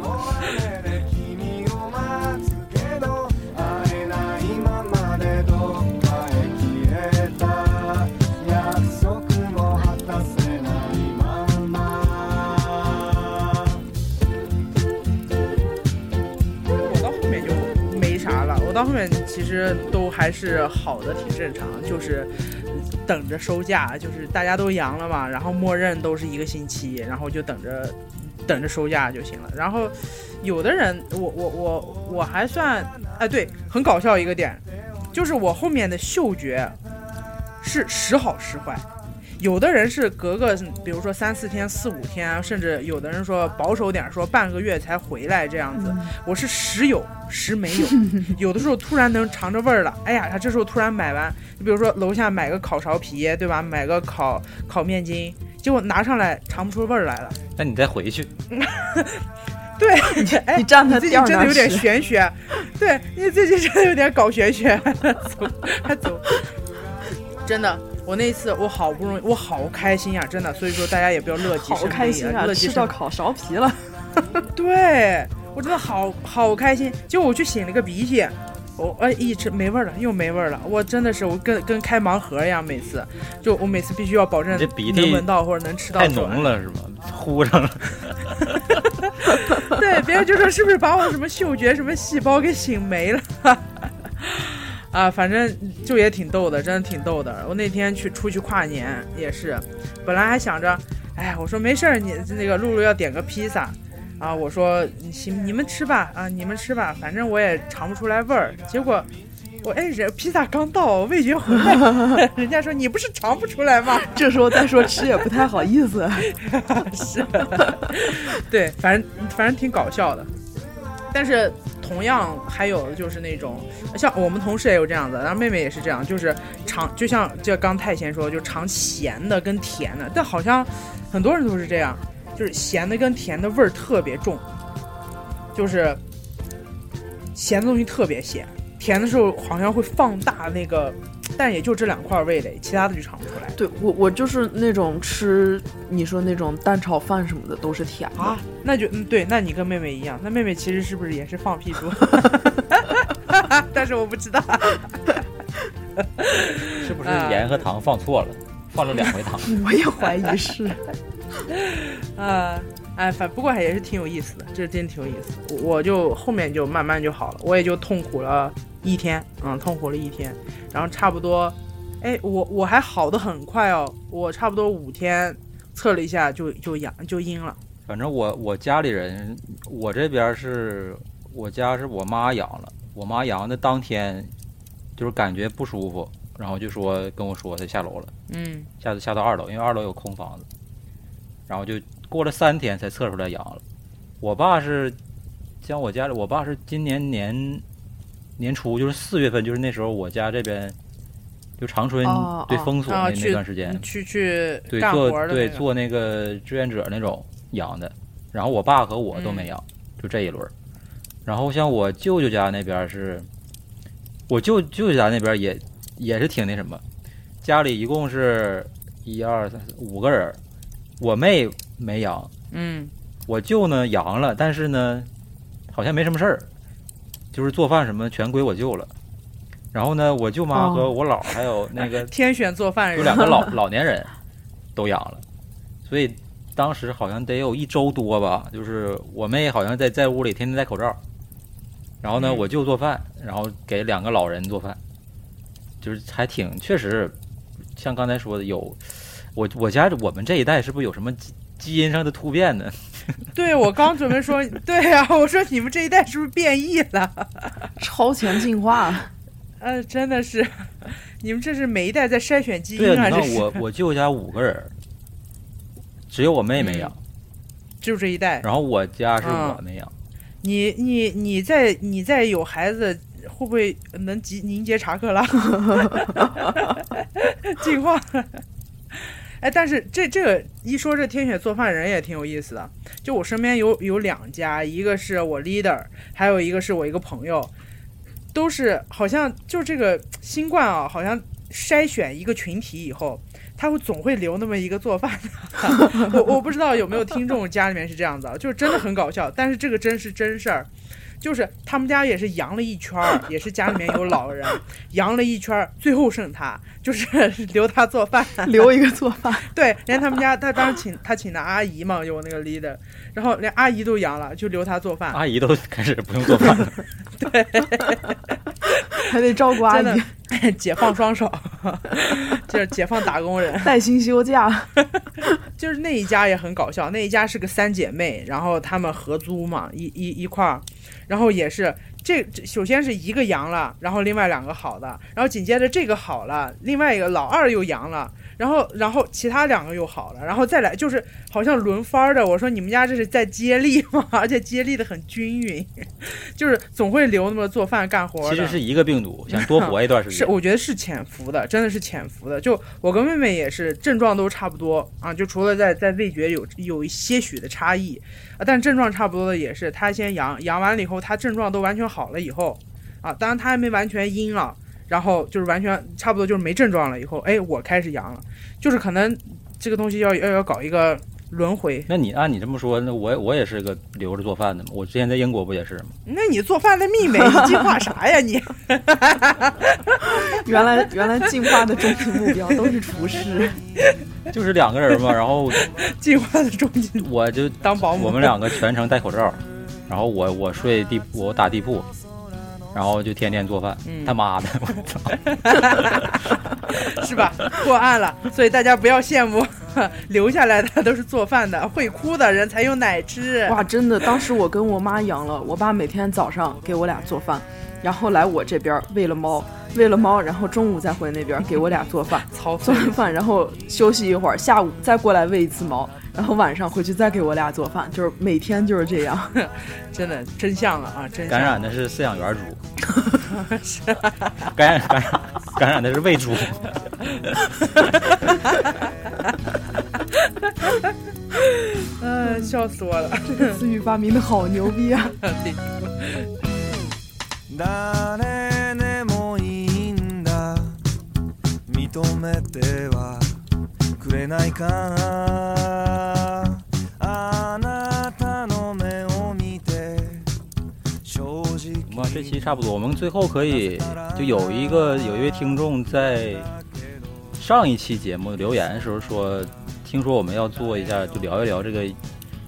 Speaker 6: 君を待つけど会えないままでどっかへ消えた約束も果たせないまま
Speaker 2: 我到后面就没啥了，我到后面其实都还是好的，挺正常，就是等着收假，就是大家都阳了嘛，然后默认都是一个星期，然后就等着等着收假就行了。然后有的人，我我我我还算，哎，对，很搞笑一个点，就是我后面的嗅觉是时好时坏。有的人是隔个，比如说三四天、四五天，甚至有的人说保守点儿说半个月才回来这样子。我是时有时没 有，有的时候突然能尝着味儿了，哎呀，他这时候突然买完，你比如说楼下买个烤苕皮，对吧？买个烤烤面筋，结果拿上来尝不出味儿来了。
Speaker 3: 那你再回去，
Speaker 2: 对，哎
Speaker 1: 你，站在
Speaker 2: 最
Speaker 1: 第
Speaker 2: 近
Speaker 1: 二
Speaker 2: 真的
Speaker 1: 那
Speaker 2: 有点
Speaker 1: 去，
Speaker 2: 玄学，对你最近真的有点搞玄学，走，还走，真的。我那一次，我好不容易，我好开心呀、真的。所以说，大家也不要乐极
Speaker 1: 好
Speaker 2: 生悲，
Speaker 1: 开心啊！
Speaker 2: 乐极
Speaker 1: 吃
Speaker 2: 生
Speaker 1: 到烤苕皮了，
Speaker 2: 对我真的好好开心。结果我去擤了个鼻涕，我哎一直没味儿了，又没味儿了。我真的是我跟跟开盲盒一样，每次就我每次必须要保证
Speaker 3: 你这鼻涕
Speaker 2: 能闻到或者能吃到。
Speaker 3: 太浓。了是吧？呼上了，
Speaker 2: 对，别人就说是不是把我什么嗅觉什么细胞给擤没了。 啊，反正就也挺逗的，真的挺逗的。我那天去出去跨年也是，本来还想着，哎，我说没事儿，你那个露露要点个披萨，啊，我说你行，你们吃吧，啊，你们吃吧，反正我也尝不出来味儿。结果我哎，人披萨刚到，味觉回来 了，人家说你不是尝不出来吗？
Speaker 1: 这时候再说吃也不太好意思。
Speaker 2: 是，对，反正反正挺搞笑的。但是同样还有就是那种，像我们同事也有这样的，然后妹妹也是这样，就是尝，就像就刚太贤说，就尝咸的跟甜的，但好像很多人都是这样，就是咸的跟甜的味儿特别重，就是咸的东西特别咸，甜的时候好像会放大那个，但也就这两块味蕾，其他的就尝不出来。
Speaker 1: 对我我就是那种吃你说那种蛋炒饭什么的都是甜的，
Speaker 2: 啊，那就嗯对，那你跟妹妹一样，那妹妹其实是不是也是放屁猪？但是我不知道，
Speaker 3: 是不是
Speaker 2: 啊
Speaker 3: 盐和
Speaker 1: 哎
Speaker 3: 糖放错了？放了两回糖，
Speaker 1: 我也怀疑是。
Speaker 2: 呃， 哎，反不过还也是挺有意思的，这真挺有意思的。我我就后面就慢慢就好了，我也就痛苦了一天，嗯，痛苦了一天，然后差不多，哎，我我还好的很快哦，我差不多五天测了一下就就阳就阴了，
Speaker 3: 反正我我家里人，我这边是我家是我妈阳了，我妈阳的当天就是感觉不舒服，然后就说跟我说她下楼了，
Speaker 2: 嗯，
Speaker 3: 下下到二楼，因为二楼有空房子，然后就过了三天才测出来阳了。我爸是像我家里，我爸是今年年年初，就是四月份，就是那时候我家这边就长春
Speaker 1: 哦
Speaker 3: 对
Speaker 1: 哦
Speaker 3: 封锁
Speaker 2: 啊
Speaker 3: 那
Speaker 2: 去
Speaker 3: 那段时间，
Speaker 2: 去去
Speaker 3: 对，
Speaker 2: 干活
Speaker 3: 做
Speaker 2: 的
Speaker 3: 对
Speaker 2: 那个
Speaker 3: 做那个志愿者那种养的，然后我爸和我都
Speaker 2: 嗯
Speaker 3: 没养，就这一轮儿。然后像我舅舅家那边儿是，我舅舅舅家那边儿也也是挺那什么，家里一共是一二三四五个人儿，我妹没养，
Speaker 2: 嗯
Speaker 3: 我舅呢阳了，但是呢好像没什么事儿，就是做饭什么全归我舅了。然后呢，我舅妈
Speaker 2: 哦
Speaker 3: 和我姥儿还有那个
Speaker 2: 天选做饭人
Speaker 3: 有两 个老老年人都养了，所以当时好像得有一周多吧，就是我妹好像在在屋里天天戴口罩，然后呢，
Speaker 2: 嗯
Speaker 3: 我舅做饭，然后给两个老人做饭，就是还挺确实，像刚才说的有，我我家我们这一代是不是有什么基基因上的突变呢？
Speaker 2: 对我刚准备说， 对呀、我说你们这一代是不是变异了？
Speaker 1: 超前进 化，
Speaker 2: 呃，真的是， 你们这是每一代在筛选基
Speaker 3: 对
Speaker 2: 因
Speaker 3: 啊，
Speaker 2: 还
Speaker 3: 你
Speaker 2: 是
Speaker 3: 看我我舅家五个人儿，只有我妹没养，
Speaker 2: 就这一代？
Speaker 3: 然后我家是
Speaker 2: 嗯
Speaker 3: 我没养。
Speaker 2: 你你你在你在有孩子会不会能集凝结查克拉 进化？哎，但是这这个一说这天选做饭人也挺有意思的。就我身边有有两家，一个是我 leader，还有一个是我一个朋友，都是好像就这个新冠啊，好像筛选一个群体以后，他会总会留那么一个做饭的。我我不知道有没有听众家里面是这样子啊，就是真的很搞笑，但是这个真是真事儿。就是他们家也是阳了一圈儿，也是家里面有老人，阳了一圈儿，最后剩他，就是 留他做饭。
Speaker 1: 留一个做饭。
Speaker 2: 对，连他们家他当时请他请的阿姨嘛，有那个 leader，然后连阿姨都阳了，就留他做饭。
Speaker 3: 阿姨都 开始不用做饭了。
Speaker 1: 还得照顾阿
Speaker 2: 真的
Speaker 1: 姨，
Speaker 2: 解放双手，就是解放打工人。
Speaker 1: 带薪休假。
Speaker 2: 就是那一家也很搞笑，那一家是个三姐妹，然后她们合租嘛，一一一块儿，然后也是这这首先是一个阳了，然后另外两个好的，然后紧接着这个好了，另外一个老二又阳了，然后然后其他两个又好了，然后再来就是好像轮番儿的。我说你们家这是在接力吗？ 而且接力的很均匀， 就是总会留那么做饭干 活的。
Speaker 3: 其实是一个病毒，想多活一段时
Speaker 2: 是，
Speaker 3: 间。
Speaker 2: 我觉得是潜伏的，真的是潜伏的。就我跟妹妹也是症状都差不多啊，就除了在在味觉有有一些许的差异啊，但症状差不多的也是，她先阳，阳完了以后，她症状都完全好了以后啊，当然她还没完全阴了，然后就是完全差不多就是没症状了以后，哎，我开始阳了，就是可能这个东西要要要搞一个轮回。
Speaker 3: 那你按你这么说，那我我也是个留着做饭的嘛。我之前在英国不也是吗？
Speaker 2: 那你做饭的秘密，你计划啥呀你？
Speaker 1: 原来原来进化的终极目标都是厨师，
Speaker 3: 就是两个人嘛，然后
Speaker 2: 计划的终极
Speaker 3: 我就
Speaker 2: 当保姆，
Speaker 3: 我们两个全程戴口罩，然后我我睡地我打地铺，然后就天天做饭。
Speaker 2: 嗯
Speaker 3: 他妈的， 我操！
Speaker 2: 是 吧？破案了，所以大家不要羡慕， 留下来的都是做饭的，会哭的人才有奶吃。
Speaker 1: 哇，真的！当时我跟我妈阳了，我爸每天早上给我俩做饭，然后来我这边儿喂了猫，喂了猫，然后中午再回那边儿给我俩做饭，
Speaker 2: 曹操
Speaker 1: 做完饭然后休息一会儿，下午再过来喂一次猫，然后晚上回去再给我俩做饭，就是每天就是这样。
Speaker 2: 真的真相了啊！真相
Speaker 3: 感染的是饲养员猪， 感染感染感染的是喂猪。
Speaker 2: 嗯、笑死我了。
Speaker 1: 思雨发明的好牛逼啊！
Speaker 2: 对
Speaker 4: 誰でもいいんだ認めてはくれないかあなたの目を見て正直
Speaker 3: 嘛，这期差不多，我们最后可以就有一个有一位听众在上一期节目留言的时候说，听说我们要做一下，就聊一聊这个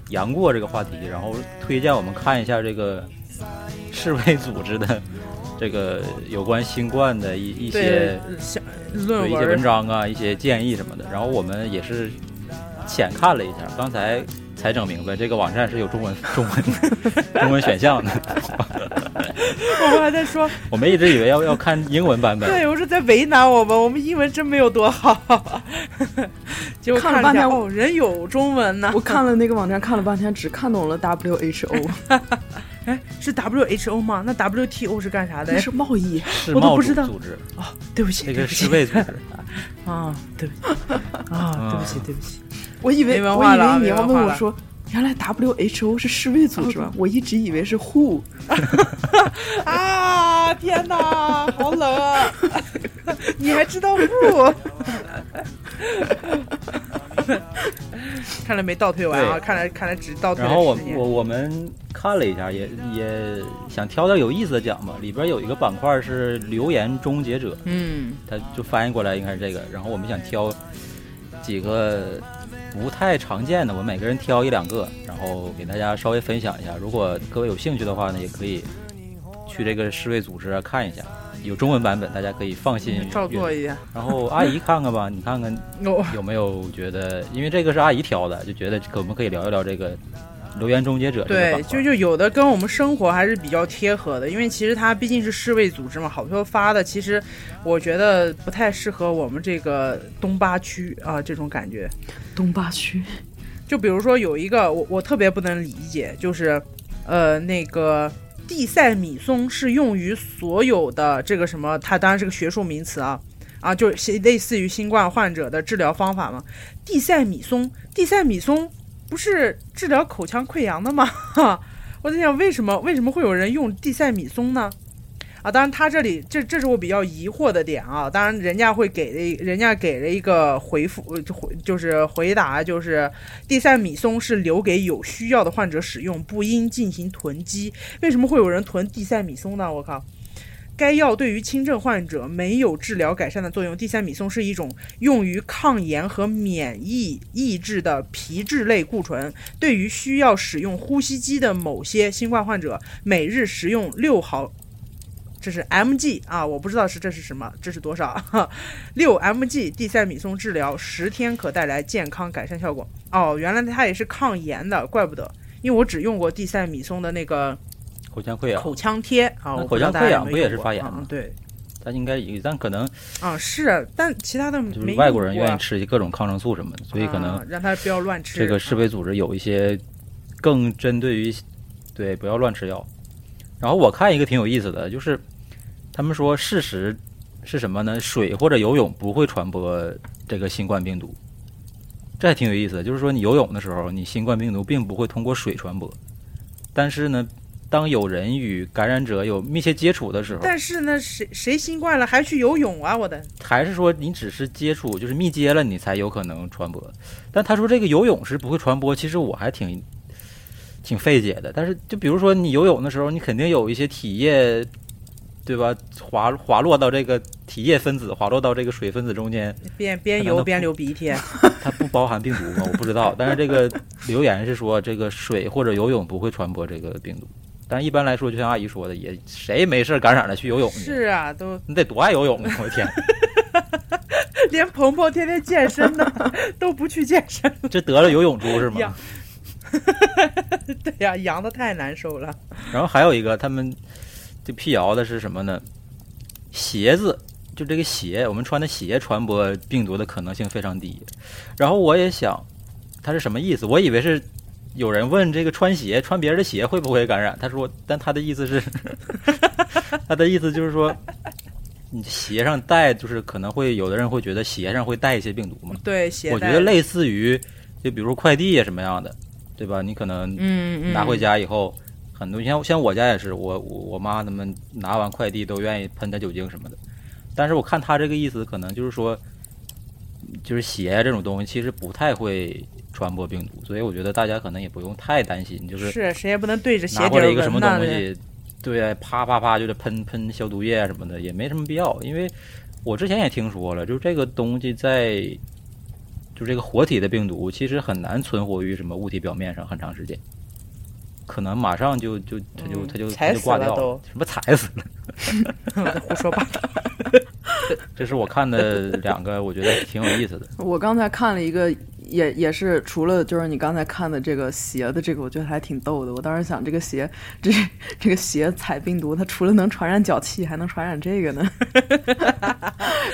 Speaker 3: 杨过这个话题，然后推荐我们看一下这个世卫组织的这个有关新冠的一一些
Speaker 2: 对，像
Speaker 3: 对
Speaker 2: 论
Speaker 3: 一些文
Speaker 2: 文
Speaker 3: 章啊、一些建议什么的。然后我们也是浅看了一下，刚才才整明白这个网站是有中文、中文、 中文选项的。
Speaker 2: 我还在说，
Speaker 3: 我们一直以为要要看英文版本，
Speaker 2: 对，我说在为难我们，我们英文真没有多好。 结果
Speaker 1: 看了
Speaker 2: 了
Speaker 1: 半
Speaker 2: 一下，
Speaker 1: 天
Speaker 2: 哦，人有中文呢
Speaker 1: 我，看了那个网站，看了半天，只看懂了 WHO，
Speaker 2: 哎，是 WHO 吗？那 WTO 是干啥的
Speaker 1: 那？是贸易。
Speaker 3: 世
Speaker 2: 我都
Speaker 3: 贸
Speaker 2: 不知
Speaker 3: 组
Speaker 2: 道
Speaker 3: 组织，
Speaker 2: 哦，对不起，
Speaker 3: 这
Speaker 2: 对
Speaker 3: 个
Speaker 2: 不
Speaker 3: 世
Speaker 2: 起
Speaker 3: 卫 组织。
Speaker 2: 啊，对不起啊，对不起，对不起，
Speaker 1: 我以为
Speaker 2: 没文
Speaker 1: 我
Speaker 2: 化
Speaker 1: 以
Speaker 2: 了啊
Speaker 1: 为你要
Speaker 2: 没文
Speaker 1: 问
Speaker 2: 化
Speaker 1: 我
Speaker 2: 了嗯
Speaker 1: 说，原来 WHO 是世卫组织吗？我一直以为是 WHO。
Speaker 2: 啊！天哪，好冷啊！你还知道不？ 看来没倒退完啊！
Speaker 3: 对
Speaker 2: 看来看来只倒退了
Speaker 3: 然后我
Speaker 2: 十年
Speaker 3: 我我们看了一下，也也想挑点有意思的讲吧。里边有一个板块是留言终结者，
Speaker 2: 嗯
Speaker 3: 它就翻译过来应该是这个。然后我们想挑几个不太常见的，我们每个人挑一两个，然后给大家稍微分享一下。如果各位有兴趣的话呢，也可以去这个世卫组织啊看一下，有中文版本，大家可以放心
Speaker 2: 照做
Speaker 3: 阅
Speaker 2: 一下。
Speaker 3: 然后阿姨看看吧，你看看
Speaker 2: 我
Speaker 3: 有没有觉得，因为这个是阿姨挑的，就觉得可我们可以聊一聊这个留言终结者这个
Speaker 2: 对
Speaker 3: 板，
Speaker 2: 就
Speaker 3: 块。
Speaker 2: 就有的跟我们生活还是比较贴合的，因为其实它毕竟是世卫组织嘛，好多发的其实我觉得不太适合我们这个东八区啊这种感觉。
Speaker 1: 东八区
Speaker 2: 就比如说有一个我我特别不能理解，就是呃那个地塞米松是用于所有的这个什么，它当然是个学术名词啊啊，就是类似于新冠患者的治疗方法嘛。地塞米松，地塞米松不是治疗口腔溃疡的吗？ 我在想为什么为什么会有人用地塞米松呢？啊，当然，他这里这这是我比较疑惑的点啊。当然，人家会给了一，人家给了一个回复，呃就回就是回答，就是地塞米松是留给有需要的患者使用，不应进行囤积。为什么会有人囤地塞米松呢？我靠！该药对于轻症患者没有治疗改善的作用。地塞米松是一种用于抗炎和免疫抑制的皮质类固醇，对于需要使用呼吸机的某些新冠患者，每日食用六毫。这是 mg 啊，我不知道是这是什么，这是多少？ 六 mg 地塞米松治疗十天可带来健康改善效果。哦，原来它也是抗炎的，怪不得，因为我只用过地塞米松的那个
Speaker 3: 口腔溃疡，
Speaker 2: 口腔贴啊，
Speaker 3: 那
Speaker 2: 我
Speaker 3: 口腔溃疡不也是发炎
Speaker 2: 吗？
Speaker 3: 吗
Speaker 2: 嗯对，
Speaker 3: 它应该也，但可能
Speaker 2: 啊是，但其他的
Speaker 3: 就是
Speaker 2: 没
Speaker 3: 外国人
Speaker 2: 用过
Speaker 3: 愿意吃各种抗生素什么的，所以可能
Speaker 2: 啊让他不要乱吃啊
Speaker 3: 这个世卫组织有一些更针对于对不要乱吃药。然后我看一个挺有意思的，就是他们说事实是什么呢？水或者游泳不会传播这个新冠病毒，这还挺有意思的。就是说你游泳的时候，你新冠病毒并不会通过水传播，但是呢，当有人与感染者有密切接触的时候，
Speaker 2: 但是呢，谁谁新冠了还去游泳啊？我的
Speaker 3: 还是说你只是接触，就是密接了，你才有可能传播。但他说这个游泳是不会传播，其实我还挺挺费解的。但是就比如说你游泳的时候，你肯定有一些体液，对吧？滑滑落到这个体液分子，滑落到这个水分子中间，
Speaker 2: 边边
Speaker 3: 可能
Speaker 2: 游
Speaker 3: 他
Speaker 2: 边
Speaker 3: 不
Speaker 2: 流鼻 涕，
Speaker 3: 它不包含病毒吗？我不知道。但是这个留言是说，这个水或者游泳不会传播这个病毒。但一般来说，就像阿姨说的，也谁没事儿感染了去游泳去？
Speaker 2: 是啊，都
Speaker 3: 你得多爱游泳啊！我的天，
Speaker 2: 连鹏鹏天天健身的 都不去健身，
Speaker 3: 这得了游泳猪是吗？
Speaker 2: 呀对呀、 阳的太难受了。
Speaker 3: 然后还有一个，他们就辟谣的是什么呢？鞋子，就这个鞋，我们穿的鞋传播病毒的可能性非常低。然后我也想，他是什么意思？我以为是有人问这个穿鞋穿别人的鞋会不会感染，他说，但他的意思是， 他的意思就是说，你鞋上带，就是可能会有的人会觉得鞋上会带一些病毒嘛。
Speaker 2: 对，携带
Speaker 3: 我觉得类似于，就比如快递啊呀什么样的，对吧？你可能
Speaker 2: 嗯嗯，
Speaker 3: 拿回家以后，很多像像我家也是，我我我妈他们拿完快递都愿意喷点酒精什么的。但是我看他这个意思，可能就是说，就是鞋啊这种东西其实不太会传播病毒，所以我觉得大家可能也不用太担心，就是
Speaker 2: 是谁也不能对着鞋
Speaker 3: 拿
Speaker 2: 底
Speaker 3: 过
Speaker 2: 儿
Speaker 3: 来一个什么
Speaker 2: 闻呐
Speaker 3: 东
Speaker 2: 对
Speaker 3: 西，对，啪啪啪就得喷喷消毒液啊什么的，也没什么必要。因为我之前也听说了，就是这个东西在就这个活体的病毒其实很难存活于什么物体表面上很长时间，可能马上就就它就
Speaker 2: 嗯
Speaker 3: 它就它
Speaker 2: 踩
Speaker 3: 就
Speaker 2: 死
Speaker 3: 挂
Speaker 2: 了
Speaker 3: 掉
Speaker 2: 都
Speaker 3: 什么踩死了？
Speaker 2: 胡说八道。
Speaker 3: 这是我看的两个，我觉得挺有意思的。
Speaker 1: 我刚才看了一个，也也是除了就是你刚才看的这个鞋的这个，我觉得还挺逗的。我当时想，这个鞋，这 这个鞋踩病毒，它除了能传染脚气，还能传染这个呢。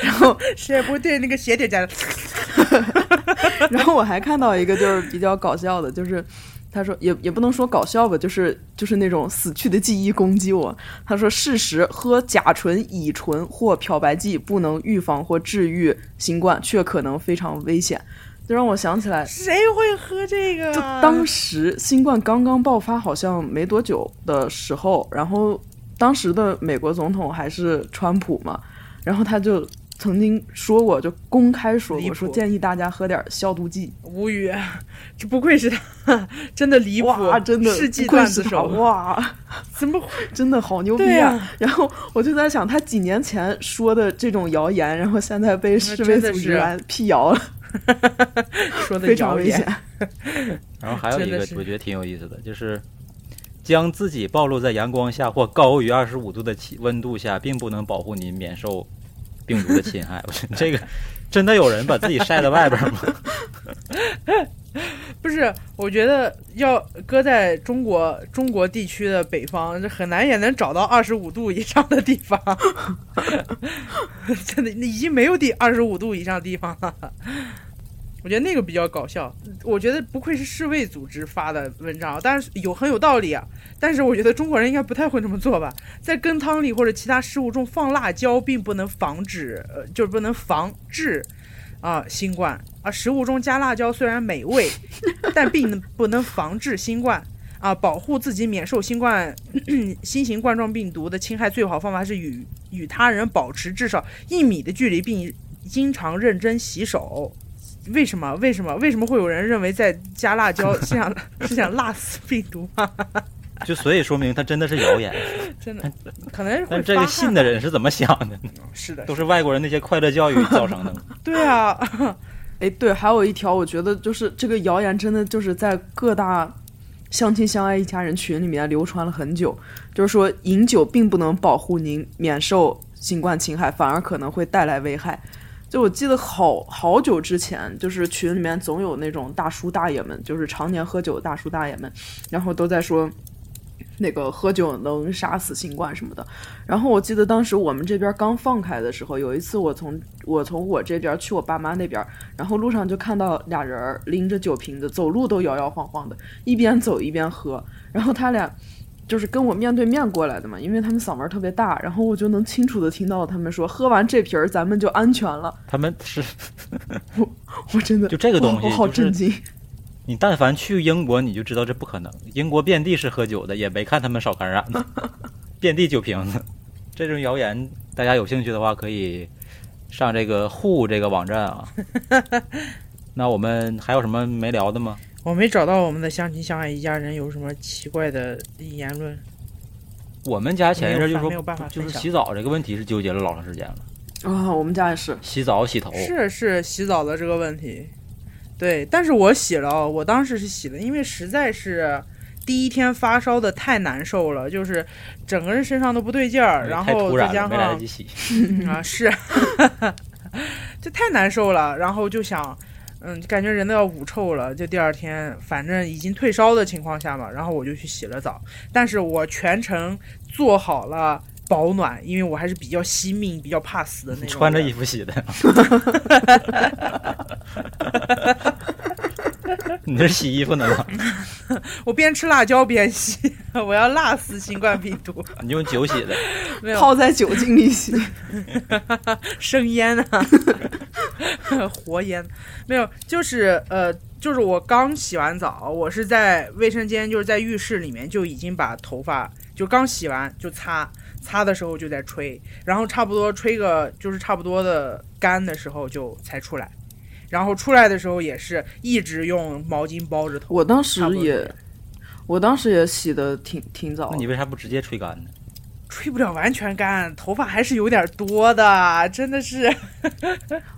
Speaker 1: 然后，
Speaker 2: 谁也不会对那个鞋底加
Speaker 1: 然后我还看到一个就是比较搞笑的，就是他说也也不能说搞笑吧，就是就是那种死去的记忆攻击我。他说，事实喝甲醇、乙醇或漂白剂不能预防或治愈新冠，却可能非常危险。就让我想起来，
Speaker 2: 谁会喝这个
Speaker 1: 就
Speaker 2: 啊？
Speaker 1: 当时新冠刚刚爆发，好像没多久的时候，然后当时的美国总统还是川普嘛，然后他就曾经说过，就公开说
Speaker 2: 离
Speaker 1: 过，
Speaker 2: 谱
Speaker 1: 说建议大家喝点消毒剂。
Speaker 2: 无语， 这不愧是他，真的离谱，
Speaker 1: 哇，真的
Speaker 2: 世纪
Speaker 1: 不愧
Speaker 2: 段
Speaker 1: 是
Speaker 2: 子
Speaker 1: 他，
Speaker 2: 手，
Speaker 1: 哇，
Speaker 2: 怎么会？
Speaker 1: 真的好牛逼
Speaker 2: 对
Speaker 1: 啊！
Speaker 2: 呀
Speaker 1: 然后我就在想，他几年前说的这种谣言，然后现在被世卫
Speaker 2: 嗯真的
Speaker 1: 组织
Speaker 2: 是
Speaker 1: 来辟谣了，
Speaker 2: 说的
Speaker 1: 非常危险。。
Speaker 3: 然后还有一个
Speaker 2: 真的是
Speaker 3: 我觉得挺有意思的，就是将自己暴露在阳光下或高于二十五度的气温度下，并不能保护您免受病毒的侵害。 我觉得这个真的有人把自己晒在外边吗？
Speaker 2: 不是，我觉得要搁在中国中国地区的北方，这很难也能找到二十五度以上的地方， 真的已经没有第二十五度以上的地方了。我觉得那个比较搞笑，我觉得不愧是世卫组织发的文章，啊但是有很有道理啊。但是我觉得中国人应该不太会这么做吧，在羹汤里或者其他食物中放辣椒，并不能防止，呃，就是不能防治啊、新冠啊。食物中加辣椒虽然美味，但并不能防治新冠啊。保护自己免受新冠新型冠状病毒的侵害，最好方法是与与他人保持至少一米的距离，并经常认真洗手。为什么？为什么？为什么会有人认为在加辣椒 是想是想辣死病毒 吗？
Speaker 3: 就所以说明它真的是谣言。
Speaker 2: 真的，可能会
Speaker 3: 但这个
Speaker 2: 发
Speaker 3: 信
Speaker 2: 汗
Speaker 3: 的人是怎么想的呢？
Speaker 2: 是的，
Speaker 3: 都是外国人那些快乐教育造成的吗。
Speaker 2: 对啊，
Speaker 1: 哎，对，还有一条，我觉得就是这个谣言真的就是在各大相亲相爱一家人群里面流传了很久，就是说饮酒并不能保护您免受新冠侵害，反而可能会带来危害。就我记得好好久之前，就是群里面总有那种大叔大爷们，就是常年喝酒的大叔大爷们，然后都在说那个喝酒能杀死新冠什么的。然后我记得当时我们这边刚放开的时候，有一次我从我从我这边去我爸妈那边，然后路上就看到俩人儿拎着酒瓶子，走路都摇摇晃晃的，一边走一边喝。然后他俩就是跟我面对面过来的嘛，因为他们嗓门儿特别大，然后我就能清楚的听到他们说：“喝完这瓶儿，咱们就安全了。
Speaker 3: 他们是”
Speaker 1: 我真的
Speaker 3: 就这个东
Speaker 1: 我
Speaker 3: 西
Speaker 1: 我好
Speaker 3: 就是
Speaker 1: 震惊。
Speaker 3: 你但凡去英国，你就知道这不可能。英国遍地是喝酒的，也没看他们少 感染呢，遍地酒瓶子。这种谣言，大家有兴趣的话，可以上这个 Who 这个网 站啊。那我们还有什么没聊的吗？
Speaker 2: 我没找到我们的相亲相爱一家人有什么奇怪的言论，
Speaker 3: 我们家前一阵就
Speaker 2: 没有
Speaker 3: 说
Speaker 2: 办法，
Speaker 3: 就
Speaker 2: 分
Speaker 3: 是
Speaker 2: 享
Speaker 3: 洗澡这个问题是纠结了老长时间了，
Speaker 1: 啊、我们家也是，
Speaker 3: 洗澡、洗头，
Speaker 2: 是是洗澡的这个问题，对，但是我洗了，我当时是洗了，因为实在是第一天发烧的太难受了，就是整个人身上都不对劲儿，然
Speaker 3: 太
Speaker 2: 后
Speaker 3: 突
Speaker 2: 再
Speaker 3: 然
Speaker 2: 加
Speaker 3: 了，没来
Speaker 2: 上
Speaker 3: 得及洗。
Speaker 2: 啊，是， 这太难受了。然后就想，嗯，感觉人都要捂臭了。就第二天，反正已经退烧的情况下嘛，然后我就去洗了澡。但是我全程做好了保暖，因为我还是比较惜命、比较怕死的那种人。
Speaker 3: 穿着衣服洗的， 你这是洗衣服呢吗？
Speaker 2: 我边吃辣椒边洗， 我要辣死新冠病毒。
Speaker 3: 你用酒洗的，
Speaker 2: 没有
Speaker 1: 泡在酒精里洗。
Speaker 2: 生腌啊， 活腌，没有，就是呃，就是我刚洗完澡，我是在卫生间，就是在浴室里面就已经把头发就刚洗完就擦，擦的时候就在吹，然后差不多吹个就是差不多的干的时候就才出来，然后出来的时候也是一直用毛巾包着头，
Speaker 1: 我当
Speaker 2: 差不
Speaker 1: 时
Speaker 2: 多这
Speaker 1: 也
Speaker 2: 样，
Speaker 1: 我当时也洗的挺挺早
Speaker 3: 那
Speaker 1: 的
Speaker 3: 你为啥不直接吹干呢？
Speaker 2: 吹推不了完全干，头发还是有点多的，真的是。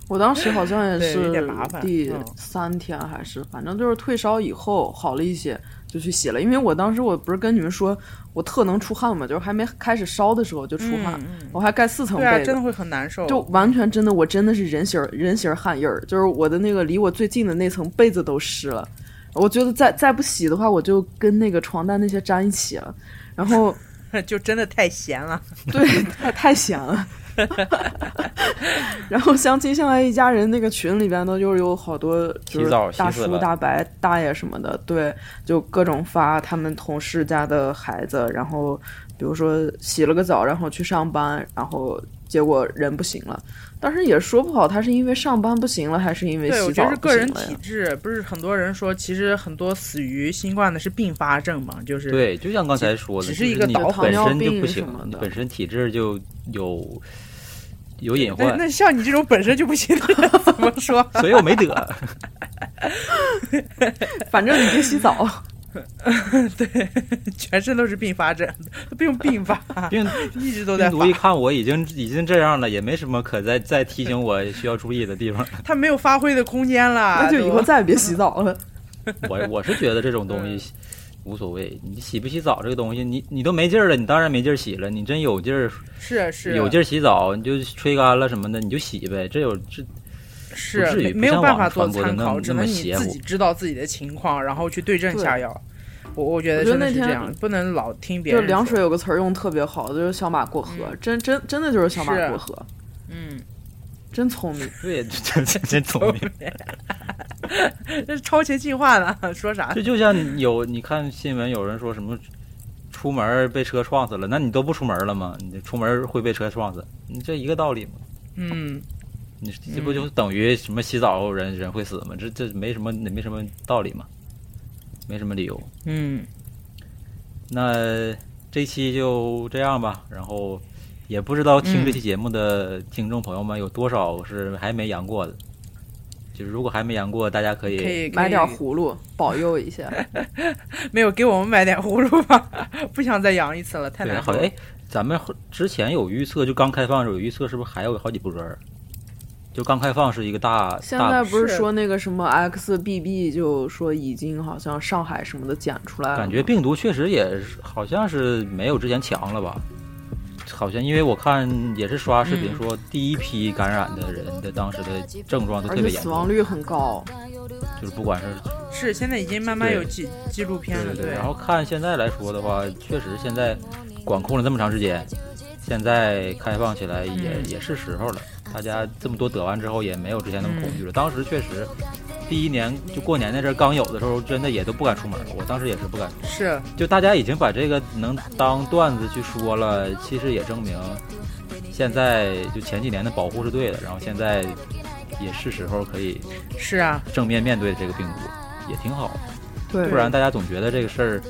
Speaker 1: 我当时好像也
Speaker 2: 对有
Speaker 1: 是
Speaker 2: 点麻烦
Speaker 1: 第
Speaker 2: 嗯
Speaker 1: 三天还是，反正就是退烧以后好了一些，就去洗了。因为我当时我不是跟你们说我特能出汗嘛，就是还没开始烧的时候就
Speaker 2: 嗯
Speaker 1: 出汗，我还盖四层
Speaker 2: 对啊，
Speaker 1: 被
Speaker 2: 真
Speaker 1: 子，
Speaker 2: 的会很难受。
Speaker 1: 就完全真的我真的是人形儿人形儿汗印儿，就是我的那个离我最近的那层被子都湿了。我觉得再再不洗的话，我就跟那个床单那些粘一起了。然后
Speaker 2: 就真的太闲了。
Speaker 1: 对，太太闲了。 然后相亲相爱一家人那个群里边呢，就是有好多就
Speaker 3: 洗
Speaker 1: 是
Speaker 3: 澡
Speaker 1: 大
Speaker 3: 洗死
Speaker 1: 叔、
Speaker 3: 了
Speaker 1: 大伯、大爷什么的，对，就各种发他们同事家的孩子，然后比如说洗了个澡，然后去上班，然后结果人不行了，但是也说不好他是因为上班不行了，还是因为
Speaker 2: 对，我
Speaker 1: 洗
Speaker 2: 觉
Speaker 1: 澡
Speaker 2: 得是
Speaker 1: 不
Speaker 2: 个人
Speaker 1: 行了呀
Speaker 2: 体。质，不是很多人说，其实很多死于新冠的是并发症嘛，就是
Speaker 3: 对，就像刚才说的，
Speaker 2: 只
Speaker 3: 就是
Speaker 2: 一个
Speaker 3: 你
Speaker 2: 导火
Speaker 3: 本身就
Speaker 1: 糖尿
Speaker 3: 不
Speaker 1: 病什
Speaker 3: 行
Speaker 1: 么，
Speaker 3: 你
Speaker 1: 的
Speaker 3: 本身体质就有有隐
Speaker 2: 那
Speaker 3: 患，
Speaker 2: 那像你这种本身就不行 的人，怎么说？
Speaker 3: 所以我没得。
Speaker 1: 反正你别洗 澡，
Speaker 2: 对，全身都是并发症，并 并发，
Speaker 3: 病
Speaker 2: 一 直都在
Speaker 3: 病毒
Speaker 2: 发
Speaker 3: 一。看我已经已经这样了，也没什么可再再提醒我需要注意的地方。
Speaker 2: 他没有发挥的空间了，
Speaker 1: 那就以后
Speaker 2: 都
Speaker 1: 再也别洗澡了。
Speaker 3: 我我是觉得这种东西无所谓，你洗不洗澡这个东西，你你都没劲儿了，你当然没劲儿洗了。你真有劲儿，
Speaker 2: 是是啊
Speaker 3: 有劲儿洗澡，你就吹干了什么的，你就洗呗。这有这
Speaker 2: 是
Speaker 3: 不至
Speaker 2: 没
Speaker 3: 于不
Speaker 2: 没有
Speaker 3: 像
Speaker 2: 办
Speaker 3: 网
Speaker 2: 法
Speaker 3: 上
Speaker 2: 做参
Speaker 3: 传播的那
Speaker 2: 考，
Speaker 3: 么
Speaker 2: 只
Speaker 3: 那么
Speaker 2: 能你
Speaker 3: 邪
Speaker 2: 自
Speaker 3: 乎
Speaker 2: 己知道自己的情况，然后去对症
Speaker 1: 对
Speaker 2: 下药。我我觉得
Speaker 1: 我觉得
Speaker 2: 真的
Speaker 1: 那
Speaker 2: 是这
Speaker 1: 天
Speaker 2: 样，不能老听别
Speaker 1: 就
Speaker 2: 人
Speaker 1: 凉
Speaker 2: 说
Speaker 1: 水有个词儿用得特别好，就是小马过河，
Speaker 2: 嗯
Speaker 1: 真真真的就是小马
Speaker 2: 是
Speaker 1: 过河，
Speaker 2: 嗯，
Speaker 1: 真聪明。
Speaker 3: 对，这这真聪明。
Speaker 2: 这是超前计划呢，说啥
Speaker 3: 这？就像有你看新闻，有人说什么出门儿被车撞死了，那你都不出门儿了吗？你这出门儿会被车撞死，你这一个道理吗？
Speaker 2: 嗯，
Speaker 3: 你这不就等于什么洗澡人人会死吗？这这没什么没什么道理嘛，没什么理由。
Speaker 2: 嗯，
Speaker 3: 那这期就这样吧，然后也不知道听这期节目的听众朋友们有多少是还没阳过的，就是如果还没阳过，大家可以
Speaker 2: 可以
Speaker 1: 买点
Speaker 2: 可以
Speaker 1: 葫芦保佑一 下。
Speaker 3: 啊
Speaker 2: 没有给我们买点葫芦吧？不想再养一次了，太
Speaker 3: 对，
Speaker 2: 难
Speaker 3: 好
Speaker 2: 受
Speaker 3: 像
Speaker 2: 了。
Speaker 3: 哎，咱们后之前有预测，就刚开放的时候有预测，是不是还有好几波儿？就刚开放是一个大
Speaker 1: 现
Speaker 3: 大
Speaker 1: 在不是
Speaker 2: 是
Speaker 1: 说那个什么 XBB 就说已经好像上海什么的检出来了吗，
Speaker 3: 感觉病毒确实也是好像是没有之前强了吧？好像因为我看也是刷视频
Speaker 2: 嗯
Speaker 3: 说，第一批感染的人的当时的症状都
Speaker 1: 而且
Speaker 3: 特别严
Speaker 1: 死亡
Speaker 3: 重，
Speaker 1: 率很 高。
Speaker 3: 就是不管是
Speaker 2: 是现在已经慢慢有
Speaker 3: 对
Speaker 2: 纪纪录片了，
Speaker 3: 对对。然后看现在来说的话，确实现在管控了这么长时间，现在开放起来也、
Speaker 2: 嗯
Speaker 3: 也是时候了。大家这么多得完之后，也没有之前那么恐惧了。当时确实，第一年就过年那阵儿刚有的时候，真的也都不敢出门了。我当时也是不敢出门，
Speaker 2: 是
Speaker 3: 就大家已经把这个能当段子去说了，其实也证明现在就前几年的保护是对的，然后现在也是时候可以
Speaker 2: 是啊，
Speaker 3: 正面面对这个病毒，也挺好。
Speaker 1: 对，
Speaker 3: 不然大家总觉得这个事儿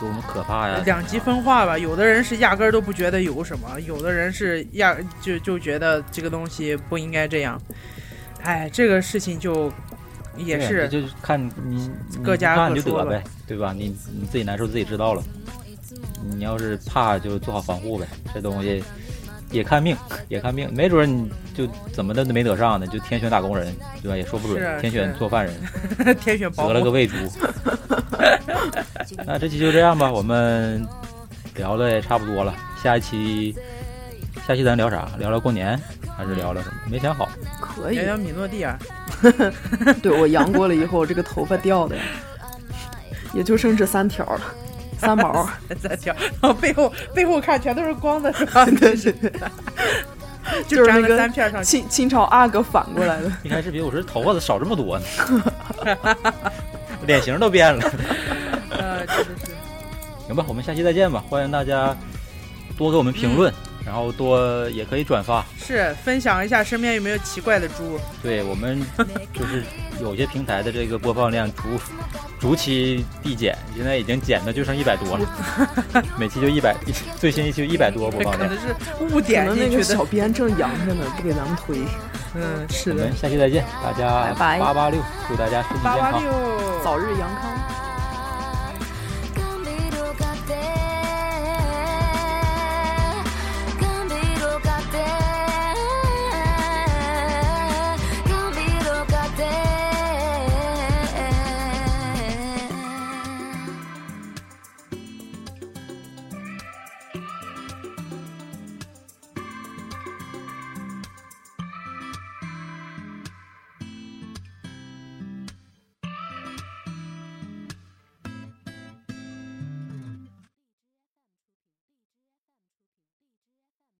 Speaker 3: 多么可怕
Speaker 1: 哎
Speaker 3: 呀！
Speaker 2: 两极分化吧。有的人是压根儿都不觉得有什么，有的人是压就就觉得这个东西不应该这样。哎，这个事情就也
Speaker 1: 啊
Speaker 3: 对
Speaker 2: 是
Speaker 3: 这就是看你你
Speaker 2: 各家
Speaker 3: 不怕
Speaker 2: 各
Speaker 3: 你就
Speaker 2: 说
Speaker 3: 得
Speaker 2: 吧
Speaker 3: 呗，对吧？你你自己难受自己知道了，你要是怕就做好防护呗。这东西也看命，也看命，没准儿你就怎么的都没得上呢，就天选打工人，对吧？也说不准，
Speaker 2: 是啊
Speaker 3: 天选
Speaker 2: 是
Speaker 3: 做饭人，
Speaker 2: 天选保
Speaker 3: 得了个
Speaker 2: 姆。
Speaker 3: 喂猪。那这期就这样吧，我们聊的也差不多了，下一期。下期咱聊啥？聊聊过年，还是聊聊什么？没想好。
Speaker 1: 可以
Speaker 2: 聊。聊米诺地尔，
Speaker 1: 对我阳过了以后，这个头发掉的，也就剩这三条了，三毛。
Speaker 2: 再跳，然后背后背后看全都是光的，是 吧？
Speaker 1: 对对对，
Speaker 2: 就
Speaker 1: 就是
Speaker 2: 粘
Speaker 1: 那
Speaker 2: 了
Speaker 1: 个
Speaker 2: 三片 上去。
Speaker 1: 清清朝阿哥反过来的。
Speaker 3: 一开始比我这头发咋少这么多呢？脸型都变了。
Speaker 2: 呃，真的是。
Speaker 3: 行吧，我们下期再见吧。欢迎大家多给我们评论，然后多也可以转发。
Speaker 2: 是分享一下身边有没有奇怪的猪，
Speaker 3: 对我们就是有些平台的这个播放量逐逐期递减，现在已经减的就剩一百多了，每期就一百，最新一期一百多播
Speaker 2: 可
Speaker 3: 放量
Speaker 2: 能。是误
Speaker 1: 可
Speaker 2: 点
Speaker 1: 能那
Speaker 2: 进
Speaker 1: 个
Speaker 2: 去的
Speaker 1: 小。编正阳着呢，不给咱们推。
Speaker 2: 嗯，是
Speaker 3: 我
Speaker 2: 的
Speaker 3: 们。下期再见，大家
Speaker 1: 拜拜
Speaker 3: 八八六，祝大家身体健
Speaker 2: 八
Speaker 3: 康
Speaker 2: 八。六，
Speaker 1: 早日阳康。